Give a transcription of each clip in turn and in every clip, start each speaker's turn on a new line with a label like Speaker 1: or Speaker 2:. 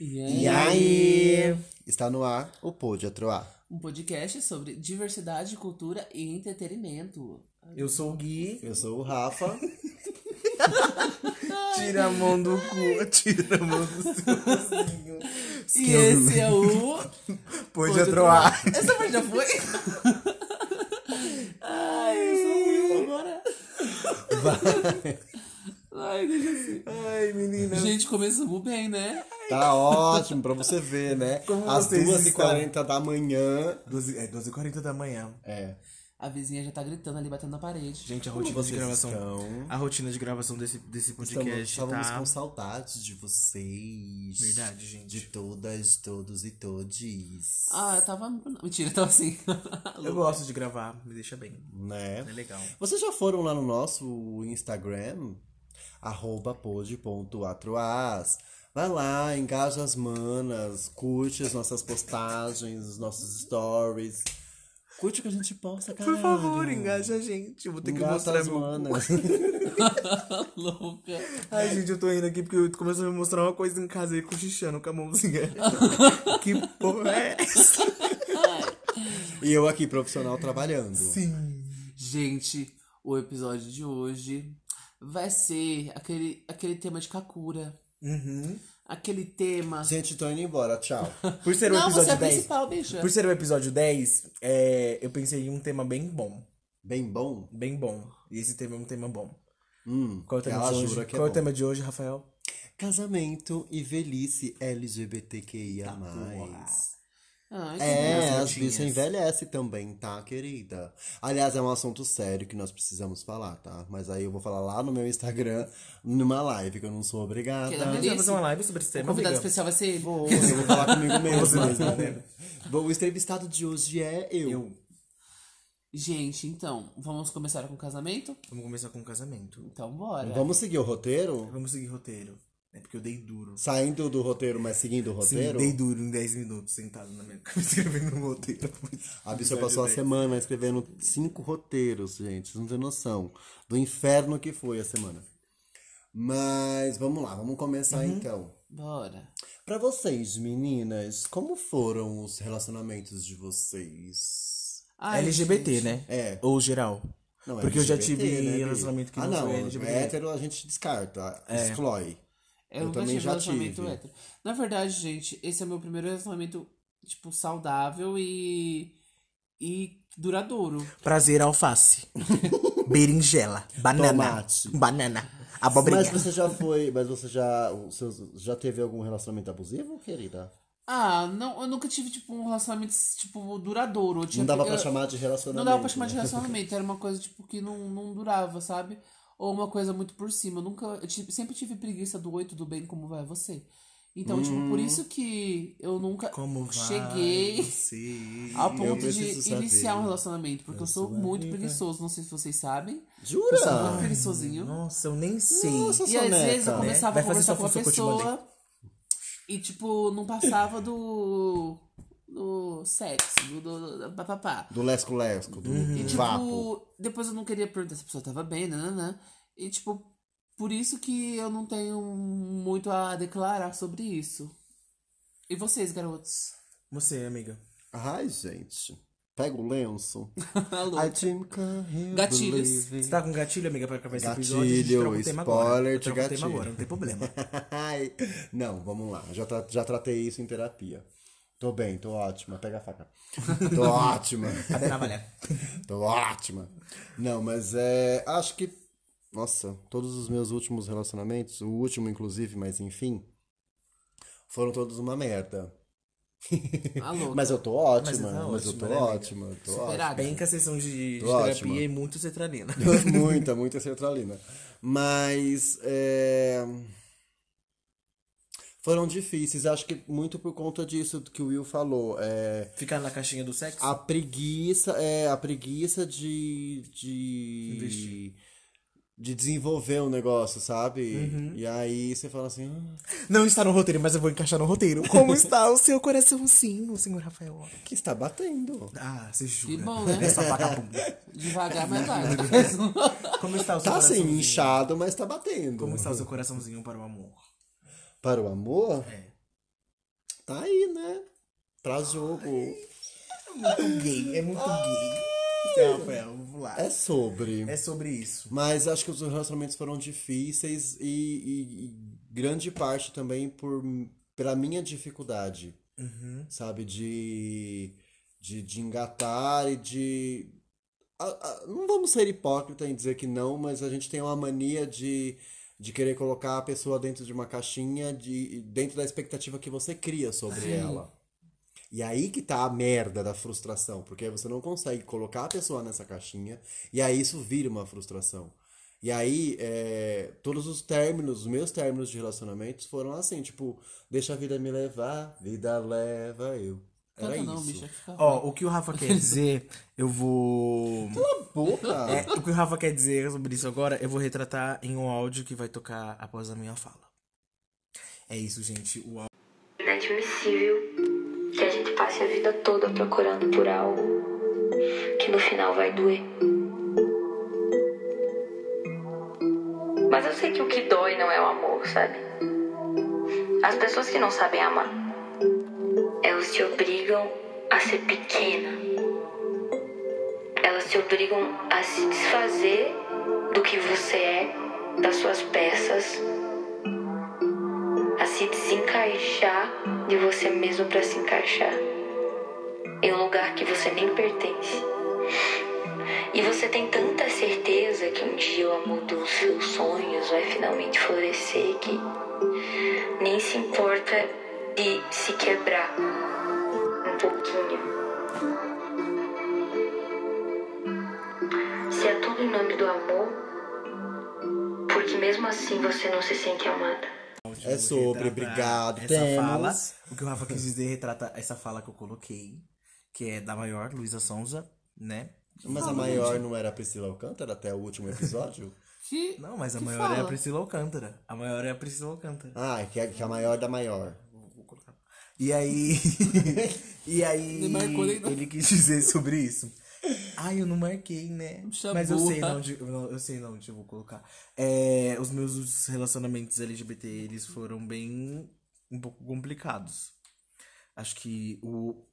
Speaker 1: E aí? Está no ar o Pod Atroar.
Speaker 2: Um podcast sobre diversidade, cultura e entretenimento.
Speaker 3: Eu sou o Gui.
Speaker 1: Eu sou o Rafa.
Speaker 3: Tira a mão do cu. Tira a mão do seu
Speaker 2: E esse é o.
Speaker 3: Pode atroar.
Speaker 2: Essa parte já foi? Ai, eu sou o Will agora. Ai, deixa assim.
Speaker 3: Ai, menina.
Speaker 2: Gente, começou bem, né?
Speaker 1: Tá ótimo pra você ver, né?
Speaker 3: Como
Speaker 1: Às
Speaker 3: vocês
Speaker 1: 2h40 da manhã.
Speaker 3: 12, é 12h40 da manhã.
Speaker 1: É.
Speaker 2: A vizinha já tá gritando ali, batendo na parede.
Speaker 3: Gente, a
Speaker 1: Como
Speaker 3: rotina tipo
Speaker 1: vocês
Speaker 3: de gravação.
Speaker 1: estão?
Speaker 3: A rotina de gravação desse, desse
Speaker 1: Estamos,
Speaker 3: podcast
Speaker 1: estávamos
Speaker 3: tá.
Speaker 1: com saudades de vocês.
Speaker 3: Verdade, gente.
Speaker 1: De todas, todos e todes.
Speaker 2: Ah, eu tava. Mentira, eu tava assim.
Speaker 3: Eu gosto de gravar, me deixa bem.
Speaker 1: Né?
Speaker 3: Tá É legal.
Speaker 1: Vocês já foram lá no nosso Instagram? Arroba pod.atroaz. Vai lá, engaja as manas, curte as nossas postagens, os nossos stories. Curte o que a gente posta, cara.
Speaker 3: Por favor, Ah, engaja a gente. Eu vou ter que mostrar
Speaker 1: as
Speaker 3: meu
Speaker 1: manas.
Speaker 2: Louca.
Speaker 3: Ai, gente, eu tô indo aqui porque eu começou a me mostrar uma coisa em casa e cochichando com a mãozinha. que porra é essa?
Speaker 1: e eu aqui, profissional, trabalhando.
Speaker 3: Sim.
Speaker 2: Gente, o episódio de hoje vai ser aquele, aquele tema de Kakura.
Speaker 3: Uhum.
Speaker 2: Aquele tema.
Speaker 1: Gente, tô indo embora, tchau.
Speaker 3: Por
Speaker 1: um
Speaker 3: ser o
Speaker 2: Não,
Speaker 3: episódio
Speaker 2: você é a
Speaker 3: 10.
Speaker 2: principal, bicha.
Speaker 3: Por ser o episódio 10, é, eu pensei em um tema bem bom.
Speaker 1: Bem bom?
Speaker 3: Bem bom. E esse tema é um tema bom.
Speaker 1: Hum,
Speaker 3: Qual é o tema
Speaker 1: ela
Speaker 3: de hoje?
Speaker 1: jura que é
Speaker 3: Qual é o
Speaker 1: bom.
Speaker 3: tema de hoje, Rafael?
Speaker 1: Casamento e velhice LGBTQIA+.
Speaker 2: Ah, isso
Speaker 1: É,
Speaker 3: Minhas
Speaker 1: as bichas
Speaker 3: netinhas.
Speaker 1: envelhecem também, tá, querida? Aliás, é um assunto sério que nós precisamos falar, tá? Mas aí eu vou falar lá no meu Instagram, numa live, que eu não sou obrigada.
Speaker 2: Que ela
Speaker 3: A
Speaker 2: me-
Speaker 3: gente vai fazer uma live sobre esse
Speaker 2: O
Speaker 1: é
Speaker 3: tema.
Speaker 2: convidado
Speaker 3: amiga?
Speaker 2: especial vai ser ele.
Speaker 1: Vou, eu vou falar comigo
Speaker 3: Você
Speaker 1: mesmo.
Speaker 3: mesmo, né?
Speaker 1: Bom, o entrevistado de hoje é eu.
Speaker 3: Eu.
Speaker 2: Gente, então, vamos começar com o casamento?
Speaker 3: Vamos começar com o casamento.
Speaker 2: Então bora.
Speaker 1: Vamos seguir o roteiro?
Speaker 3: Vamos seguir roteiro. É porque eu dei duro.
Speaker 1: Saindo do roteiro, mas seguindo o roteiro?
Speaker 3: dei duro em 10 minutos sentado na minha cama escrevendo um roteiro.
Speaker 1: A bicha passou a semana escrevendo cinco roteiros, gente. Vocês não têm noção do inferno que foi a semana. Mas vamos lá, vamos começar
Speaker 2: Uhum.
Speaker 1: então.
Speaker 2: Bora.
Speaker 1: Pra vocês, meninas, como foram os relacionamentos de vocês?
Speaker 2: Ai,
Speaker 3: LGBT,
Speaker 2: gente.
Speaker 3: né?
Speaker 1: É.
Speaker 3: Ou geral.
Speaker 1: Não, é
Speaker 3: Porque eu já
Speaker 1: LGBT,
Speaker 3: tive
Speaker 1: né, Bi?
Speaker 3: relacionamento que
Speaker 1: ah,
Speaker 3: não
Speaker 1: não,
Speaker 3: foi LGBT.
Speaker 1: hétero a gente descarta,
Speaker 3: É.
Speaker 1: exclui.
Speaker 2: Eu,
Speaker 1: Eu
Speaker 2: nunca
Speaker 1: também
Speaker 2: tive
Speaker 1: já
Speaker 2: relacionamento
Speaker 1: tive.
Speaker 2: hétero. Na verdade, gente, esse é o meu primeiro relacionamento, tipo, saudável e. e duradouro.
Speaker 3: Prazer, alface. Berinjela. Banana.
Speaker 1: Tomate.
Speaker 3: Banana. Abobrinha.
Speaker 1: Mas você já foi, mas você já, os seus, já teve algum relacionamento abusivo, querida?
Speaker 2: Ah, não, eu nunca tive, tipo, um relacionamento, tipo, duradouro. Eu tinha-
Speaker 1: Não dava pra
Speaker 2: eu-
Speaker 1: chamar de relacionamento.
Speaker 2: Não dava pra chamar de
Speaker 1: né?
Speaker 2: relacionamento, era uma coisa tipo que não, não durava, sabe? Ou uma coisa muito por cima. Eu nunca, eu ti- sempre tive preguiça do oi, tudo bem, como vai você? Então, tipo, por
Speaker 1: Hum.
Speaker 2: isso que eu nunca
Speaker 3: Como vai
Speaker 2: cheguei
Speaker 3: você?
Speaker 2: ao ponto de
Speaker 1: preciso saber.
Speaker 2: iniciar um relacionamento, porque eu, sou
Speaker 1: sou a
Speaker 2: muito
Speaker 1: vida.
Speaker 2: preguiçoso, não sei se vocês sabem.
Speaker 1: Jura?
Speaker 2: Eu sou muito preguiçosinho.
Speaker 3: Nossa, eu nem sei.
Speaker 1: Nossa,
Speaker 2: E às
Speaker 1: Ah, soneca,
Speaker 2: vezes eu
Speaker 1: né?
Speaker 2: começava
Speaker 3: Vai
Speaker 2: a
Speaker 3: fazer
Speaker 2: conversar
Speaker 3: sua
Speaker 2: com uma
Speaker 3: função que eu te mandei.
Speaker 2: pessoa e, tipo, não passava do. do sexo, do. do, do, do papapá.
Speaker 1: Do lesco-lesco, do
Speaker 3: Uhum.
Speaker 2: E, tipo,
Speaker 1: Hum. vapo.
Speaker 2: depois eu não queria perguntar se a pessoa tava bem, nananã. E, tipo, por isso que eu não tenho muito a declarar sobre isso. E vocês, garotos?
Speaker 3: Você, amiga.
Speaker 1: Ai, gente. Pega o lenço.
Speaker 2: Alô?
Speaker 1: I didn't come here
Speaker 2: Tá Gatilhos.
Speaker 1: believing.
Speaker 3: Você tá com gatilho, amiga, pra gravar esse
Speaker 1: Gatilho,
Speaker 3: episódio? A gente troca o tema agora.
Speaker 1: spoiler
Speaker 3: Eu
Speaker 1: de
Speaker 3: troco o tema
Speaker 1: gatilho.
Speaker 3: agora, não tem problema.
Speaker 1: Ai, não, vamos lá. Já, tra- já tratei isso em terapia. Tô bem, tô ótima. Pega a faca. Tô ótima.
Speaker 3: Cadê trabalhar?
Speaker 1: Tô ótima. Não, mas é. Acho que. Nossa, todos os meus últimos relacionamentos, o último inclusive, mas enfim, foram todos uma merda.
Speaker 2: Alô?
Speaker 1: Mas eu tô ótima,
Speaker 3: Mas
Speaker 1: mas,
Speaker 3: você tá
Speaker 1: eu
Speaker 3: ótima,
Speaker 1: tô
Speaker 3: né, amiga?
Speaker 1: ótima. eu Tô ótima.
Speaker 2: Superada.
Speaker 3: Bem com a sessão de, de
Speaker 1: Tô
Speaker 3: terapia
Speaker 1: ótima.
Speaker 3: e muito cetralina.
Speaker 1: muita, muita sertralina. Mas é, foram difíceis. Acho que muito por conta disso que o Will falou. É,
Speaker 3: Ficar na caixinha do sexo?
Speaker 1: a preguiça, é, a preguiça de, de
Speaker 3: Investir.
Speaker 1: de desenvolver um negócio, sabe?
Speaker 3: Uhum.
Speaker 1: E aí você fala assim, "Ah,
Speaker 3: Não está no roteiro, mas eu vou encaixar no roteiro. Como está o seu coraçãozinho, senhor Rafael?
Speaker 1: que está batendo.
Speaker 3: Ah, você
Speaker 2: Que
Speaker 3: jura?
Speaker 2: bom, né?
Speaker 3: Essa vagabunda.
Speaker 2: Devagar, mas vai.
Speaker 3: Como está o seu
Speaker 1: Tá assim,
Speaker 3: coraçãozinho?
Speaker 1: inchado, mas tá batendo.
Speaker 3: Como está o seu coraçãozinho para o amor?
Speaker 1: Para o amor?
Speaker 3: É.
Speaker 1: Tá aí, né? Pra jogo.
Speaker 3: Muito gay, é muito gay. Então, Rafael, vamos lá.
Speaker 1: É sobre.
Speaker 3: É sobre isso.
Speaker 1: Mas acho que os relacionamentos foram difíceis e, e- e grande parte também por, pela minha dificuldade, sabe? De, de, de engatar e de. a- a- não vamos ser hipócritas em dizer que não, mas a gente tem uma mania de, de querer colocar a pessoa dentro de uma caixinha, de, dentro da expectativa que você cria sobre
Speaker 2: Sim.
Speaker 1: ela. E aí que tá a merda da frustração, porque aí você não consegue colocar a pessoa nessa caixinha, e aí isso vira uma frustração. E aí, é, todos os términos, os meus términos de relacionamentos foram assim, tipo, deixa a vida me levar, vida leva eu. Era
Speaker 2: Canta não,
Speaker 1: isso.
Speaker 2: bicha. Fica...
Speaker 3: Ó, o que o Rafa quer dizer, eu vou.
Speaker 1: Porra!
Speaker 3: É, o que o Rafa quer dizer sobre isso agora, eu vou retratar em um áudio que vai tocar após a minha fala. É isso, gente. O áudio.
Speaker 4: inadmissível que a gente passe a vida toda procurando por algo que no final vai doer. Mas eu sei que o que dói não é o amor, sabe? As pessoas que não sabem amar, elas te obrigam a ser pequena. Elas te obrigam a se desfazer do que você é, das suas peças, a se desencaixar de você mesmo para se encaixar em um lugar que você nem pertence. E você tem tanta certeza que um dia o amor dos seus sonhos vai finalmente florescer que nem se importa de se quebrar um pouquinho. Se é tudo em nome do amor, porque mesmo assim você não se sente amada.
Speaker 1: É sobre, obrigado.
Speaker 3: Essa
Speaker 1: Temos.
Speaker 3: fala. O que o Rafa quis dizer retrata essa fala que eu coloquei, que é da maior, Luísa Sonza, né?
Speaker 1: Mas a maior não era a Priscila Alcântara até o último episódio?
Speaker 2: Que...
Speaker 3: Não, mas a
Speaker 2: que
Speaker 3: maior é a
Speaker 2: fala?
Speaker 3: Priscila Alcântara. A maior é a Priscila Alcântara.
Speaker 1: ah, que é, que é a maior da maior.
Speaker 3: Vou colocar. E aí. e aí.
Speaker 2: Nem marcou nem nada.
Speaker 3: Ele quis dizer sobre isso. Ai, eu não marquei, né?
Speaker 2: Bicha
Speaker 3: Mas eu
Speaker 2: burra.
Speaker 3: sei onde. Eu, não- eu sei onde eu vou colocar. É, os meus relacionamentos LGBT, eles foram bem. um pouco complicados. Acho que o,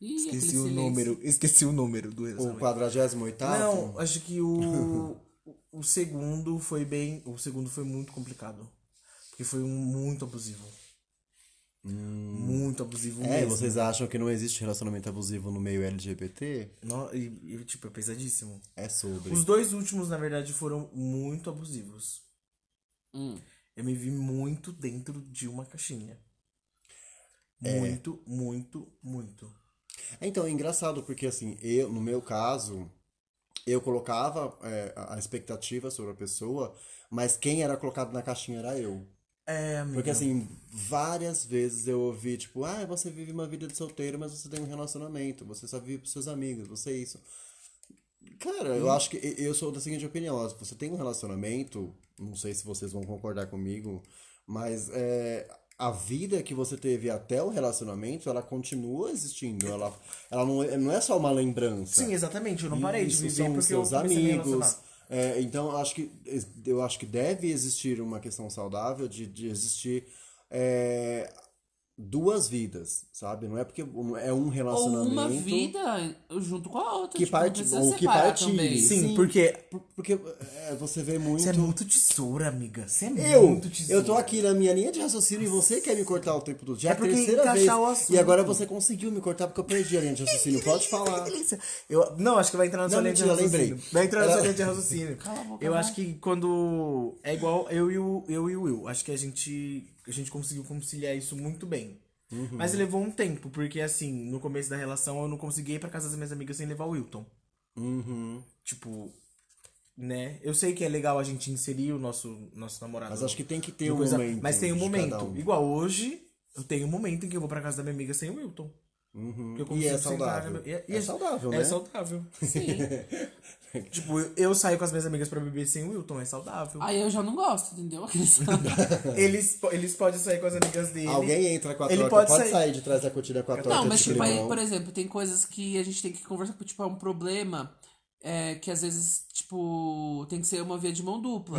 Speaker 2: Ih, aquele
Speaker 3: Esqueci o
Speaker 2: silêncio.
Speaker 3: número. Esqueci o número do
Speaker 1: O
Speaker 3: relacionamento.
Speaker 1: 48
Speaker 3: Não, acho que o. o segundo foi bem. O segundo foi muito complicado. Porque foi um muito abusivo. Muito abusivo
Speaker 1: Hum. É,
Speaker 3: mesmo.
Speaker 1: vocês acham que não existe relacionamento abusivo no meio LGBT?
Speaker 3: No- e, e, tipo, é pesadíssimo.
Speaker 1: É sobre.
Speaker 3: Os dois últimos, na verdade, foram muito abusivos.
Speaker 2: Hum.
Speaker 3: Eu me vi muito dentro de uma caixinha.
Speaker 1: É.
Speaker 3: Muito, muito, muito.
Speaker 1: Então, é engraçado porque, assim, eu, no meu caso, eu colocava é, a a expectativa sobre a pessoa, mas quem era colocado na caixinha era eu.
Speaker 3: É, amigo.
Speaker 1: Porque, assim, várias vezes eu ouvi, tipo, ah, você vive uma vida de solteiro, mas você tem um relacionamento, você só vive pros seus amigos, você é isso. Cara, eu acho que eu sou da seguinte opinião: se você tem um relacionamento, não sei se vocês vão concordar comigo, mas é, a vida que você teve até o relacionamento, ela continua existindo. Ela, ela não, é- não é só uma lembrança.
Speaker 3: Sim, exatamente. Eu não parei de
Speaker 1: Isso,
Speaker 3: viver
Speaker 1: são
Speaker 3: porque
Speaker 1: os
Speaker 3: eu
Speaker 1: seus
Speaker 3: comecei a me
Speaker 1: amigos.
Speaker 3: relacionar.
Speaker 1: É, então, eu acho que eu acho que deve existir uma questão saudável de, de existir é, duas vidas, sabe? Não é porque um- é um
Speaker 2: Ou
Speaker 1: relacionamento
Speaker 2: uma vida junto com a outra.
Speaker 1: que
Speaker 2: tipo, não
Speaker 1: parte-
Speaker 2: precisa
Speaker 1: ou que
Speaker 2: separar
Speaker 1: parte-
Speaker 2: também.
Speaker 1: sim.
Speaker 3: Sim, porque
Speaker 1: Por- porque é, você vê muito
Speaker 3: Você é muito tesoura, amiga. Você é
Speaker 1: Eu,
Speaker 3: muito tesoura.
Speaker 1: eu tô aqui na minha linha de raciocínio e você quer me cortar o tempo do dia.
Speaker 3: É
Speaker 1: a
Speaker 3: porque
Speaker 1: terceira
Speaker 3: encaixar
Speaker 1: vez.
Speaker 3: o assunto.
Speaker 1: E agora você conseguiu me cortar porque eu perdi a linha de raciocínio. Pode falar.
Speaker 3: Que delícia. Eu, não, acho que vai entrar na sua
Speaker 1: Não,
Speaker 3: linha de
Speaker 1: mentira,
Speaker 3: raciocínio.
Speaker 1: lembrei.
Speaker 3: Vai entrar na
Speaker 1: Era-
Speaker 3: sua linha de raciocínio.
Speaker 2: Cala a boca,
Speaker 3: eu
Speaker 2: vai.
Speaker 3: acho que quando. É igual eu e o, eu e o Will. Acho que a gente, a gente conseguiu conciliar isso muito bem.
Speaker 1: Uhum.
Speaker 3: Mas levou um tempo, porque assim, no começo da relação eu não consegui ir pra casa das minhas amigas sem levar o Wilton.
Speaker 1: Uhum.
Speaker 3: Tipo, né? Eu sei que é legal a gente inserir o nosso, nosso namorado.
Speaker 1: Mas acho que tem que ter
Speaker 3: no
Speaker 1: um
Speaker 3: coisa-
Speaker 1: momento.
Speaker 3: Mas tem um
Speaker 1: de cada
Speaker 3: momento.
Speaker 1: um.
Speaker 3: Igual hoje, eu tenho um momento em que eu vou pra casa da minha amiga sem o Wilton.
Speaker 1: Uhum.
Speaker 3: Eu
Speaker 1: E
Speaker 3: consigo
Speaker 1: é
Speaker 3: sentar
Speaker 1: saudável.
Speaker 3: na- e- e
Speaker 1: é saudável, né?
Speaker 3: É saudável. tipo, eu, eu saio com as minhas amigas pra beber sem o Wilton, é saudável.
Speaker 2: Aí eu já não gosto, entendeu? Aqueles-
Speaker 3: Eles, po- eles podem sair com as amigas dele.
Speaker 1: Alguém entra com a
Speaker 3: Ele
Speaker 1: troca,
Speaker 3: pode
Speaker 1: pode,
Speaker 3: sair-
Speaker 1: sair... de trás da cortina com a torta
Speaker 2: Não, mas
Speaker 1: de
Speaker 2: tipo, aí,
Speaker 1: limão.
Speaker 2: por exemplo, tem coisas que a gente tem que conversar, porque, tipo, é um problema é, que às vezes,
Speaker 1: Uhum.
Speaker 2: tipo, tem que ser uma via de mão dupla.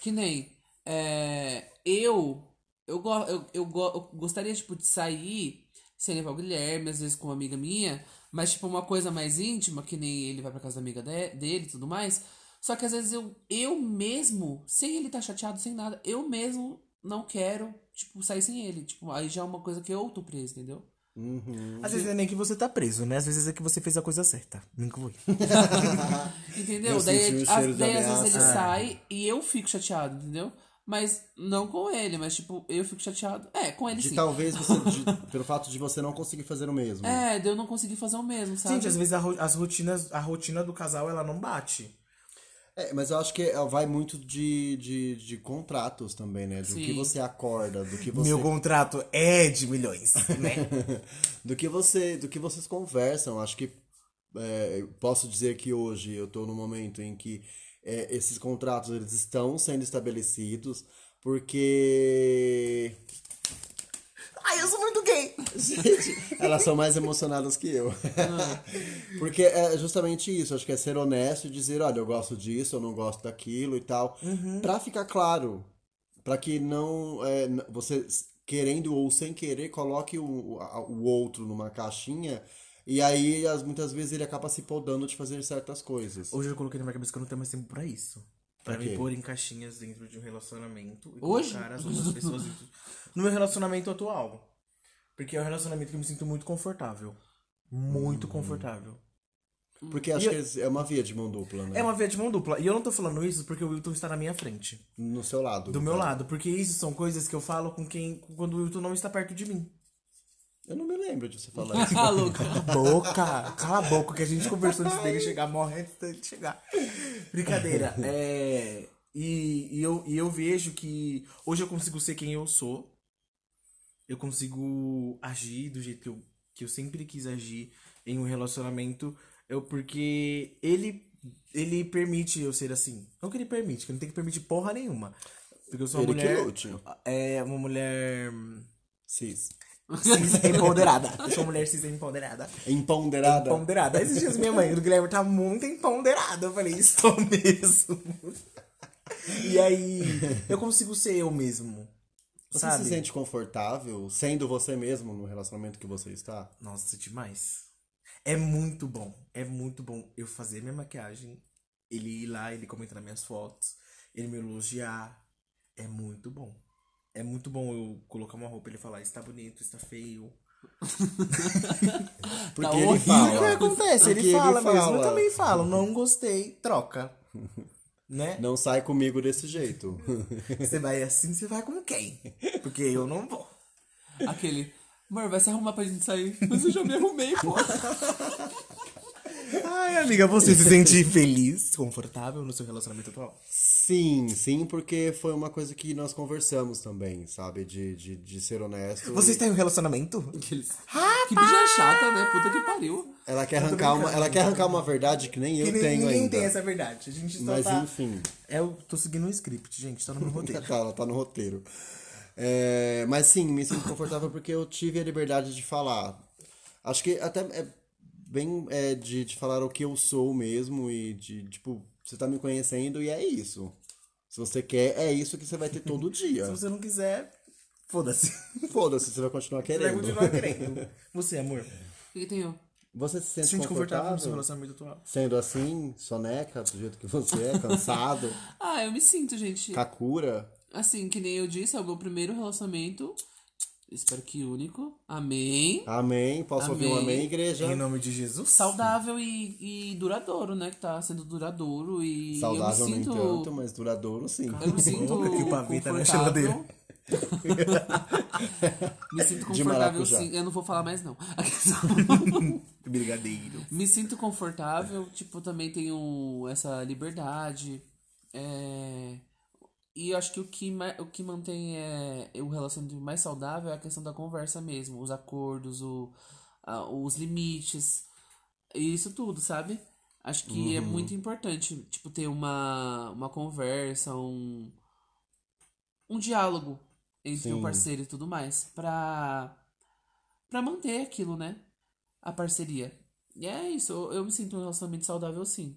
Speaker 2: Que nem, é, eu, Eu, go- eu, eu, go- eu gostaria, tipo, de sair sem levar o Guilherme, às vezes com uma amiga minha, mas, tipo, uma coisa mais íntima, que nem ele vai pra casa da amiga de- dele e tudo mais. Só que às vezes eu, eu mesmo, sem ele estar tá chateado, sem nada, eu mesmo não quero, tipo, sair sem ele. Tipo, aí já é uma coisa que eu tô preso, entendeu?
Speaker 1: Uhum.
Speaker 3: Às vezes não é nem que você tá preso, né? Às vezes é que você fez a coisa certa. Me inclui.
Speaker 2: Entendeu?
Speaker 1: Eu senti
Speaker 2: daí,
Speaker 1: o
Speaker 2: a-
Speaker 1: cheiro de
Speaker 2: daí, às vezes ele
Speaker 1: ameaça. É.
Speaker 2: sai e eu fico chateado, entendeu? Mas não com ele, mas tipo, eu fico chateado. É, com ele
Speaker 1: De
Speaker 2: sim.
Speaker 1: talvez você. de- pelo fato de você não conseguir fazer o mesmo.
Speaker 2: É, de eu não conseguir fazer o mesmo, sabe?
Speaker 3: Gente, às vezes a, ro- as rotinas, a rotina do casal, ela não bate.
Speaker 1: É, mas eu acho que é, vai muito de, de, de contratos também, né? Do que
Speaker 2: Sim.
Speaker 1: você acorda, do que você.
Speaker 3: Meu contrato é de milhões, né?
Speaker 1: do que você. Do que vocês conversam. Acho que é, eu posso dizer que hoje eu tô num momento em que é, esses contratos eles estão sendo estabelecidos, porque
Speaker 3: Ai, eu sou muito gay!
Speaker 1: Gente, elas são mais emocionadas que eu.
Speaker 3: Ah.
Speaker 1: Porque é justamente isso, acho que é ser honesto e dizer, olha, eu gosto disso, eu não gosto daquilo e tal.
Speaker 3: Uhum.
Speaker 1: Pra ficar claro, pra que não é, n- você querendo ou sem querer coloque o, a- o outro numa caixinha e aí as- muitas vezes ele acaba se podando de fazer certas coisas.
Speaker 3: Hoje eu coloquei na minha cabeça que eu não tenho mais tempo pra isso. Pra
Speaker 1: Pra quê?
Speaker 3: me pôr em caixinhas dentro de um relacionamento e
Speaker 2: Hoje?
Speaker 3: colocar as outras pessoas dentro. No meu relacionamento atual. Porque é um relacionamento que eu me sinto muito confortável. Muito confortável.
Speaker 1: Porque acho
Speaker 3: E
Speaker 1: que é uma via de mão dupla, né?
Speaker 3: É uma via de mão dupla. E eu não tô falando isso porque o Wilton está na minha frente.
Speaker 1: No seu lado.
Speaker 3: Do meu
Speaker 1: né?
Speaker 3: lado. Porque isso são coisas que eu falo com quem. quando o Wilton não está perto de mim.
Speaker 1: Eu não me lembro de você falar isso.
Speaker 2: Ah, louco.
Speaker 3: Boca! Cala a boca que a gente conversou antes dele chegar, morre antes dele chegar. Brincadeira. É. E, e eu, e eu vejo que hoje eu consigo ser quem eu sou. Eu consigo agir do jeito que eu, que eu sempre quis agir em um relacionamento. Eu, porque ele, ele permite eu ser assim. Não que ele permite, que eu não tenho que permitir porra nenhuma. Porque eu sou uma
Speaker 1: Ele que
Speaker 3: mulher.
Speaker 1: lute.
Speaker 3: É uma mulher. hum,
Speaker 1: Cis.
Speaker 3: Cis empoderada. Eu sou uma mulher cis empoderada.
Speaker 1: Empoderada.
Speaker 3: Ponderada. Esses dias minha mãe, do Guilherme, tá muito empoderada. Eu falei, estou mesmo. E aí, eu consigo ser eu mesmo.
Speaker 1: Você
Speaker 3: sabe?
Speaker 1: se sente confortável sendo você mesmo no relacionamento que você está?
Speaker 3: Nossa, demais. É muito bom. É muito bom eu fazer minha maquiagem, ele ir lá, ele comentar nas minhas fotos, ele me elogiar. É muito bom. É muito bom eu colocar uma roupa e ele falar, está bonito, está feio. Ah,
Speaker 1: Porque
Speaker 2: Tá
Speaker 1: ele
Speaker 2: horrível.
Speaker 3: E o que
Speaker 1: fala.
Speaker 3: acontece? Ele,
Speaker 1: é Porque ele
Speaker 3: fala, mesmo.
Speaker 1: fala.
Speaker 3: Eu também falo, não gostei, troca. né?
Speaker 1: Não sai comigo desse jeito.
Speaker 3: Você vai assim, você vai com quem? Porque eu não vou.
Speaker 2: Aquele. Amor, vai se arrumar pra gente sair. Mas eu já me arrumei, pô.
Speaker 3: Ai, amiga, você se sente feliz, confortável no seu relacionamento atual?
Speaker 1: sim, sim, porque foi uma coisa que nós conversamos também, sabe? De, de, de ser honesto.
Speaker 3: Você
Speaker 1: E
Speaker 3: está em um relacionamento?
Speaker 2: Aqueles. Que bicha chata, né? Puta que pariu.
Speaker 1: Ela quer arrancar uma, ela quer arrancar uma verdade que nem eu
Speaker 3: Que nem-
Speaker 1: tenho
Speaker 3: ninguém
Speaker 1: ainda.
Speaker 3: tem essa verdade. A gente só
Speaker 1: Mas
Speaker 3: tá...
Speaker 1: enfim.
Speaker 3: Eu tô seguindo um script, gente, tá no meu roteiro.
Speaker 1: Tá, ela tá no roteiro. É, mas sim, me sinto confortável porque eu tive a liberdade de falar. Acho que até é bem é, de, de falar o que eu sou mesmo e de, tipo, você tá me conhecendo e é isso. Se você quer, é isso que você vai ter todo dia.
Speaker 3: Se você não quiser, foda-se.
Speaker 1: Foda-se, você vai continuar
Speaker 3: Você vai
Speaker 1: querendo.
Speaker 3: continuar querendo. Você, amor,
Speaker 2: O que, que tem, ó?
Speaker 1: Você se
Speaker 3: se
Speaker 1: sente,
Speaker 3: sente confortável
Speaker 1: confortável,
Speaker 3: no seu relacionamento atual?
Speaker 1: sendo assim, soneca, do jeito que você é, cansado,
Speaker 2: Ah, eu me sinto, gente.
Speaker 1: Tá. kakura.
Speaker 2: Assim, que nem eu disse, é o meu primeiro relacionamento. Espero que único. Amém.
Speaker 1: Amém. Posso ouvir um
Speaker 2: Amém.
Speaker 1: amém, igreja?
Speaker 3: Em nome de Jesus.
Speaker 2: Saudável e, e duradouro, né? Que tá sendo duradouro e
Speaker 1: Saudável
Speaker 2: eu me
Speaker 1: nem
Speaker 2: sinto.
Speaker 1: tanto, mas duradouro sim.
Speaker 2: Eu me sinto
Speaker 3: Boca que o pavê tá na geladeira.
Speaker 2: confortável. me sinto
Speaker 1: De
Speaker 2: confortável
Speaker 1: maracujá.
Speaker 2: sim. Eu não vou falar mais, não.
Speaker 3: Brigadeiro.
Speaker 2: me sinto confortável, tipo, também tenho essa liberdade. É... E eu acho que o que, ma- o que mantém é o relacionamento mais saudável é a questão da conversa mesmo, os acordos, o, a- os limites, e isso tudo, sabe? Acho que é muito importante, tipo, ter uma, uma conversa, um, um diálogo entre
Speaker 1: Sim.
Speaker 2: o parceiro e tudo mais, pra, pra manter aquilo, né? A parceria. E é isso, eu, eu me sinto um relacionamento saudável sim.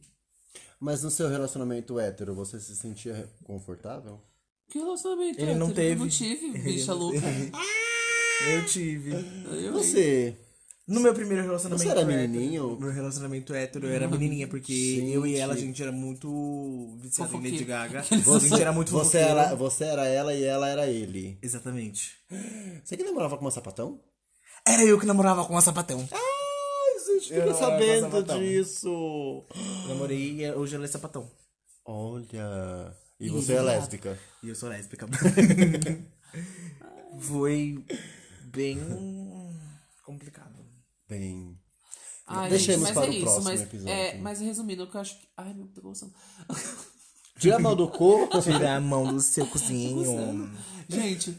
Speaker 1: Mas no seu relacionamento hétero, você se sentia confortável?
Speaker 2: Que relacionamento?
Speaker 3: Ele
Speaker 2: é?
Speaker 3: não
Speaker 2: Eu Não
Speaker 3: teve.
Speaker 2: tive, bicha louca.
Speaker 3: Eu tive.
Speaker 2: Eu,
Speaker 1: Você.
Speaker 3: No meu primeiro relacionamento.
Speaker 1: Você era
Speaker 3: hétero-
Speaker 1: menininho?
Speaker 3: meu relacionamento hétero, eu era menininha, porque eu e ela, a gente era muito viciada em Lady
Speaker 2: Fofoqueiro.
Speaker 3: Gaga.
Speaker 1: Você,
Speaker 3: a gente era muito né?
Speaker 1: você
Speaker 3: fofoqueiro.
Speaker 1: era, você era ela e ela era ele.
Speaker 3: Exatamente.
Speaker 1: Você que namorava com uma sapatão?
Speaker 3: Era eu que namorava com a sapatão.
Speaker 1: É. Ai, gente, fiquei
Speaker 3: Eu namorava com a
Speaker 1: sabendo
Speaker 3: sapatão.
Speaker 1: disso.
Speaker 3: Namorei e hoje ela é sapatão.
Speaker 1: Olha. E você é lésbica.
Speaker 3: E eu sou lésbica. Foi bem complicado.
Speaker 1: Bem.
Speaker 2: Ai,
Speaker 1: Deixemos
Speaker 2: gente, mas
Speaker 1: para
Speaker 2: é
Speaker 1: o próximo
Speaker 2: isso, mas,
Speaker 1: episódio.
Speaker 2: É, mas resumindo, o que eu acho que. Ai, meu Deus. eu-
Speaker 1: Tira a mão do corpo. assim.
Speaker 3: Tirar a mão do seu cozinho.
Speaker 2: Gente,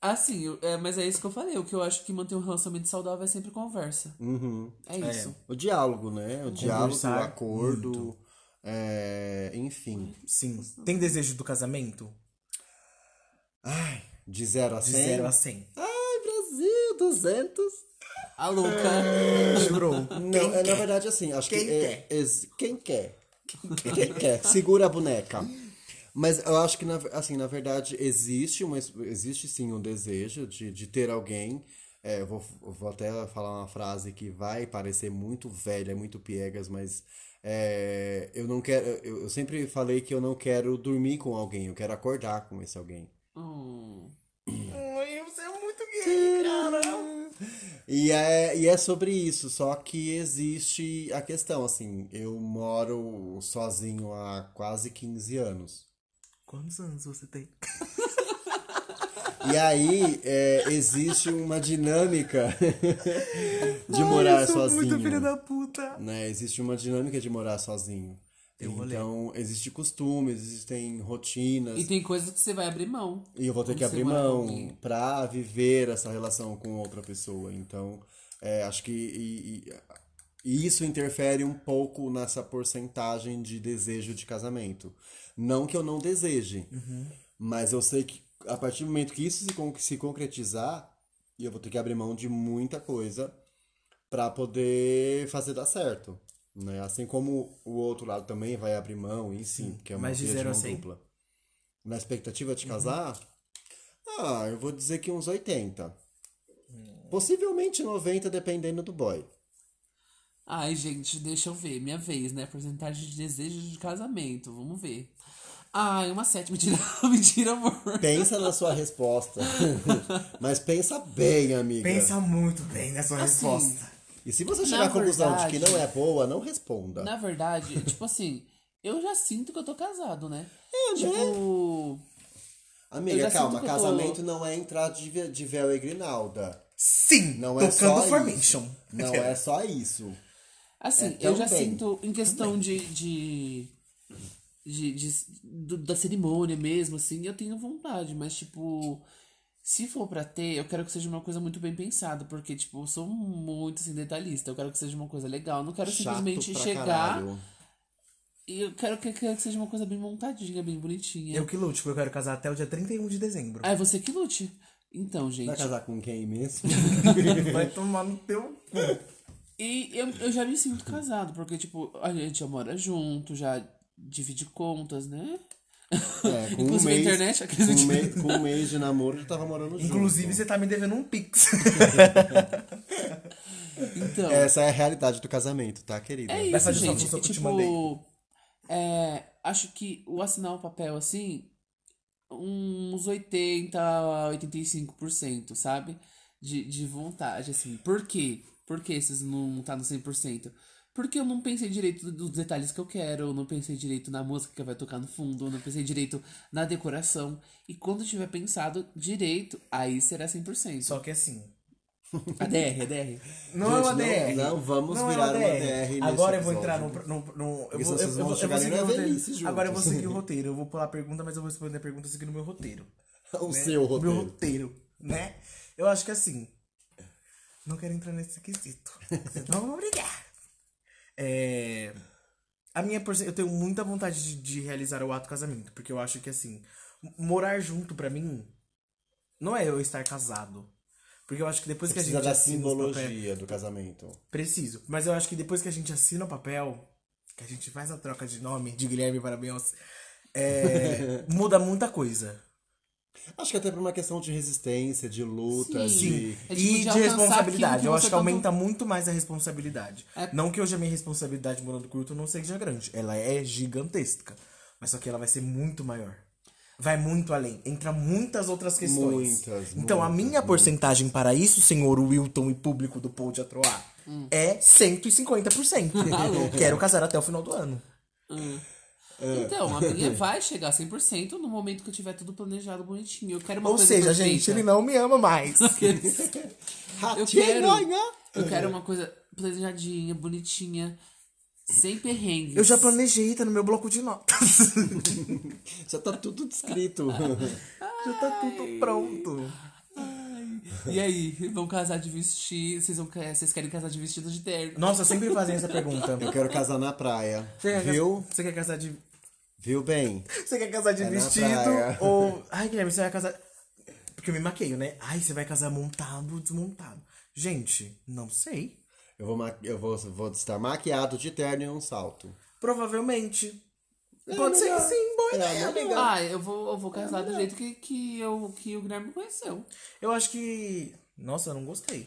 Speaker 2: assim, eu- é, mas é isso que eu falei. O que eu acho que manter um relacionamento saudável é sempre conversa.
Speaker 1: Uhum.
Speaker 2: É isso.
Speaker 1: O diálogo, né? O diálogo, o
Speaker 3: Conversar
Speaker 1: acordo. é, enfim.
Speaker 3: Sim. Tem desejo do casamento?
Speaker 1: De 0 a 100.
Speaker 3: De 0 a 100.
Speaker 1: Ai, Brasil, 200.
Speaker 2: A louca.
Speaker 3: Jurou.
Speaker 1: Não, é, na verdade, assim, acho
Speaker 3: Quem
Speaker 1: que. é- ex- quem quer? Quem quer? Segura a boneca. Mas eu acho que, na, assim, na verdade, existe, uma, existe sim um desejo de, de ter alguém. É, eu vou, eu vou até falar uma frase que vai parecer muito velha, muito piegas, mas é, eu não quero. Eu, eu sempre falei que eu não quero dormir com alguém, eu quero acordar com esse alguém.
Speaker 2: Hum.
Speaker 3: Ai, você é muito gay, cara.
Speaker 1: E é, e é sobre isso, só que existe a questão, assim, eu moro sozinho há quase 15 anos.
Speaker 3: Quantos anos você tem?
Speaker 1: E aí é, existe uma dinâmica de morar
Speaker 3: eu sou muito filha
Speaker 1: sozinho.
Speaker 3: da puta.
Speaker 1: Né? Existe uma dinâmica de morar sozinho. Então, existe costumes, existem rotinas.
Speaker 2: E tem coisas que você vai abrir mão.
Speaker 1: E eu vou ter
Speaker 2: Quando
Speaker 1: que
Speaker 2: você
Speaker 1: abrir
Speaker 2: mora com
Speaker 1: mão
Speaker 2: alguém.
Speaker 1: pra viver essa relação com outra pessoa. Então, é, acho que e- e- e isso interfere um pouco nessa porcentagem de desejo de casamento. Não que eu não deseje, mas eu sei que a partir do momento que isso se, con- se concretizar, eu vou ter que abrir mão de muita coisa pra poder fazer dar certo. Né? Assim como o outro lado também vai abrir mão, e sim, que é uma
Speaker 3: mas de
Speaker 1: via de
Speaker 3: zero a
Speaker 1: mão
Speaker 3: cem.
Speaker 1: dupla. Na expectativa de casar? Ah, eu vou dizer que uns 80. Possivelmente 90, dependendo do boy.
Speaker 2: Ai, gente, deixa eu ver. Minha vez, né? Porcentagem de desejo de casamento. Vamos ver. Ai, uma sétima. Mentira, mentira amor.
Speaker 1: Pensa na sua resposta. Mas pensa bem, amiga.
Speaker 3: Pensa muito bem na sua
Speaker 2: Assim,
Speaker 3: resposta.
Speaker 1: E se você chegar à conclusão de que
Speaker 2: verdade-
Speaker 1: não é boa, não responda.
Speaker 2: Na verdade, tipo assim, eu já sinto que eu tô casado, né? É, tipo, eu
Speaker 1: Amiga,
Speaker 2: já
Speaker 1: calma.
Speaker 2: sinto que eu tô-
Speaker 1: Casamento não é entrar de, ve- de véu e grinalda.
Speaker 3: Sim,
Speaker 1: Não é
Speaker 3: tocando
Speaker 1: só
Speaker 3: Formation.
Speaker 1: isso. Não é só isso.
Speaker 2: Assim,
Speaker 1: É,
Speaker 2: eu já
Speaker 1: também.
Speaker 2: sinto em questão de. de, de, de- do- da cerimônia mesmo, assim, eu tenho vontade, mas tipo. Se for pra ter, eu quero que seja uma coisa muito bem pensada, porque, tipo, eu sou muito assim, detalhista. Eu quero que seja uma coisa legal. Eu não quero
Speaker 1: Chato
Speaker 2: simplesmente
Speaker 1: pra
Speaker 2: chegar
Speaker 1: caralho.
Speaker 2: e eu quero que, quero que seja uma coisa bem montadinha, bem bonitinha.
Speaker 3: Eu que lute, porque eu quero casar até o dia 31 de dezembro.
Speaker 2: Ah, é você que lute. Então, gente.
Speaker 1: Vai casar com quem mesmo? É,
Speaker 3: Vai tomar no teu cu.
Speaker 2: E eu, eu já me sinto casado, porque, tipo, a gente já mora junto, já divide contas, né?
Speaker 1: É, com um
Speaker 2: Inclusive a
Speaker 1: mês,
Speaker 2: internet,
Speaker 1: com,
Speaker 2: aqueles
Speaker 1: um
Speaker 2: que-
Speaker 1: mês, com um mês de namoro, já tava morando junto.
Speaker 3: Inclusive, você tá me devendo um pix.
Speaker 2: Então.
Speaker 1: Essa é a realidade do casamento, tá, querida?
Speaker 2: É
Speaker 3: Vai
Speaker 2: isso,
Speaker 3: fazer só
Speaker 2: gente.
Speaker 3: função que eu te
Speaker 2: tipo, é, acho que o assinar o papel assim, uns 80 a 85%, sabe? De, de vontade, assim. Por quê? Por que esses não tá no 100%? Porque eu não pensei direito dos detalhes que eu quero, eu não pensei direito na música que vai tocar no fundo, eu não pensei direito na decoração. E quando tiver pensado direito, aí será 100%.
Speaker 3: Só que assim.
Speaker 2: A DR, a DR.
Speaker 3: Não
Speaker 1: Gente,
Speaker 3: é uma
Speaker 1: não-
Speaker 3: DR.
Speaker 1: não vamos
Speaker 3: é
Speaker 1: virar uma
Speaker 3: DR.
Speaker 1: DR
Speaker 3: Agora eu
Speaker 1: nesse
Speaker 3: vou entrar no.
Speaker 1: episódio.
Speaker 3: no- no- eu
Speaker 1: Porque senão
Speaker 3: vou, eu,
Speaker 1: vocês
Speaker 3: eu
Speaker 1: vão
Speaker 3: vou, eu
Speaker 1: chegar
Speaker 3: vou
Speaker 1: na
Speaker 3: seguir o roteiro.
Speaker 1: velhice juntos.
Speaker 3: Agora eu vou seguir o roteiro. Eu vou pular a pergunta, mas eu vou responder a pergunta seguindo o meu roteiro.
Speaker 1: o
Speaker 3: né?
Speaker 1: seu roteiro.
Speaker 3: Meu roteiro, né? Eu acho que assim. Não quero entrar nesse quesito. Não vou brigar. É. A minha porce- Eu tenho muita vontade de, de realizar o ato casamento, porque eu acho que assim, m- morar junto pra mim não é eu estar casado. Porque eu acho que depois que a gente
Speaker 1: Precisa da
Speaker 3: assina os papéis-
Speaker 1: simbologia do casamento.
Speaker 3: Preciso. Mas eu acho que depois que a gente assina o papel, que a gente faz a troca de nome de Guilherme para Beyoncé, é, muda muita coisa.
Speaker 1: Acho que até por uma questão de resistência, de luta,
Speaker 2: Sim.
Speaker 1: de.
Speaker 2: É tipo de
Speaker 3: e de
Speaker 2: alcançar aquilo
Speaker 3: responsabilidade.
Speaker 2: que
Speaker 3: Eu acho
Speaker 2: você
Speaker 3: que
Speaker 2: tanto-
Speaker 3: aumenta muito mais a responsabilidade.
Speaker 2: É.
Speaker 3: Não que hoje a minha responsabilidade morando curto não seja grande. Ela é gigantesca. Mas só que ela vai ser muito maior. Vai muito além. Entra muitas outras questões.
Speaker 1: Muitas,
Speaker 3: então a
Speaker 1: muitas,
Speaker 3: minha porcentagem para isso, senhor Wilton e público do Pou de Atroar,
Speaker 2: Hum.
Speaker 3: é 150%.
Speaker 2: Tá
Speaker 3: Quero casar até o final do ano. É.
Speaker 2: Então, a minha vai chegar 100% no momento que eu tiver tudo planejado bonitinho. Eu quero uma
Speaker 3: Ou
Speaker 2: coisa
Speaker 3: seja,
Speaker 2: perfeita.
Speaker 3: gente, ele não me ama mais.
Speaker 2: Eu quero,
Speaker 1: né?
Speaker 2: eu quero uma coisa planejadinha, bonitinha, sem perrengues.
Speaker 3: Eu já planejei, tá no meu bloco de notas.
Speaker 1: Já tá tudo descrito.
Speaker 3: já tá tudo pronto.
Speaker 2: E aí, vão casar de vestido? Vocês, vão, ca- vocês querem casar de vestido de terno?
Speaker 3: Nossa, sempre fazem essa pergunta.
Speaker 1: Eu quero casar na praia.
Speaker 3: Você quer,
Speaker 1: Viu?
Speaker 3: Casar, você quer casar de.
Speaker 1: Viu bem?
Speaker 3: Você quer casar de
Speaker 1: É na
Speaker 3: vestido?
Speaker 1: praia.
Speaker 3: Ou. Ai, Guilherme, você vai casar. Porque eu me maqueio, né? Ai, você vai casar montado ou desmontado? Gente, não sei.
Speaker 1: Eu vou, ma- eu vou, vou estar maquiado de terno e um salto.
Speaker 3: Provavelmente. Pode ser que
Speaker 1: melhor.
Speaker 3: sim, boa
Speaker 1: É,
Speaker 3: ideia,
Speaker 1: melhor.
Speaker 3: amiga. É
Speaker 2: Ah, eu vou, eu vou casar do jeito que, que, eu, que o Guilherme conheceu.
Speaker 3: Eu acho que. Nossa, eu não gostei.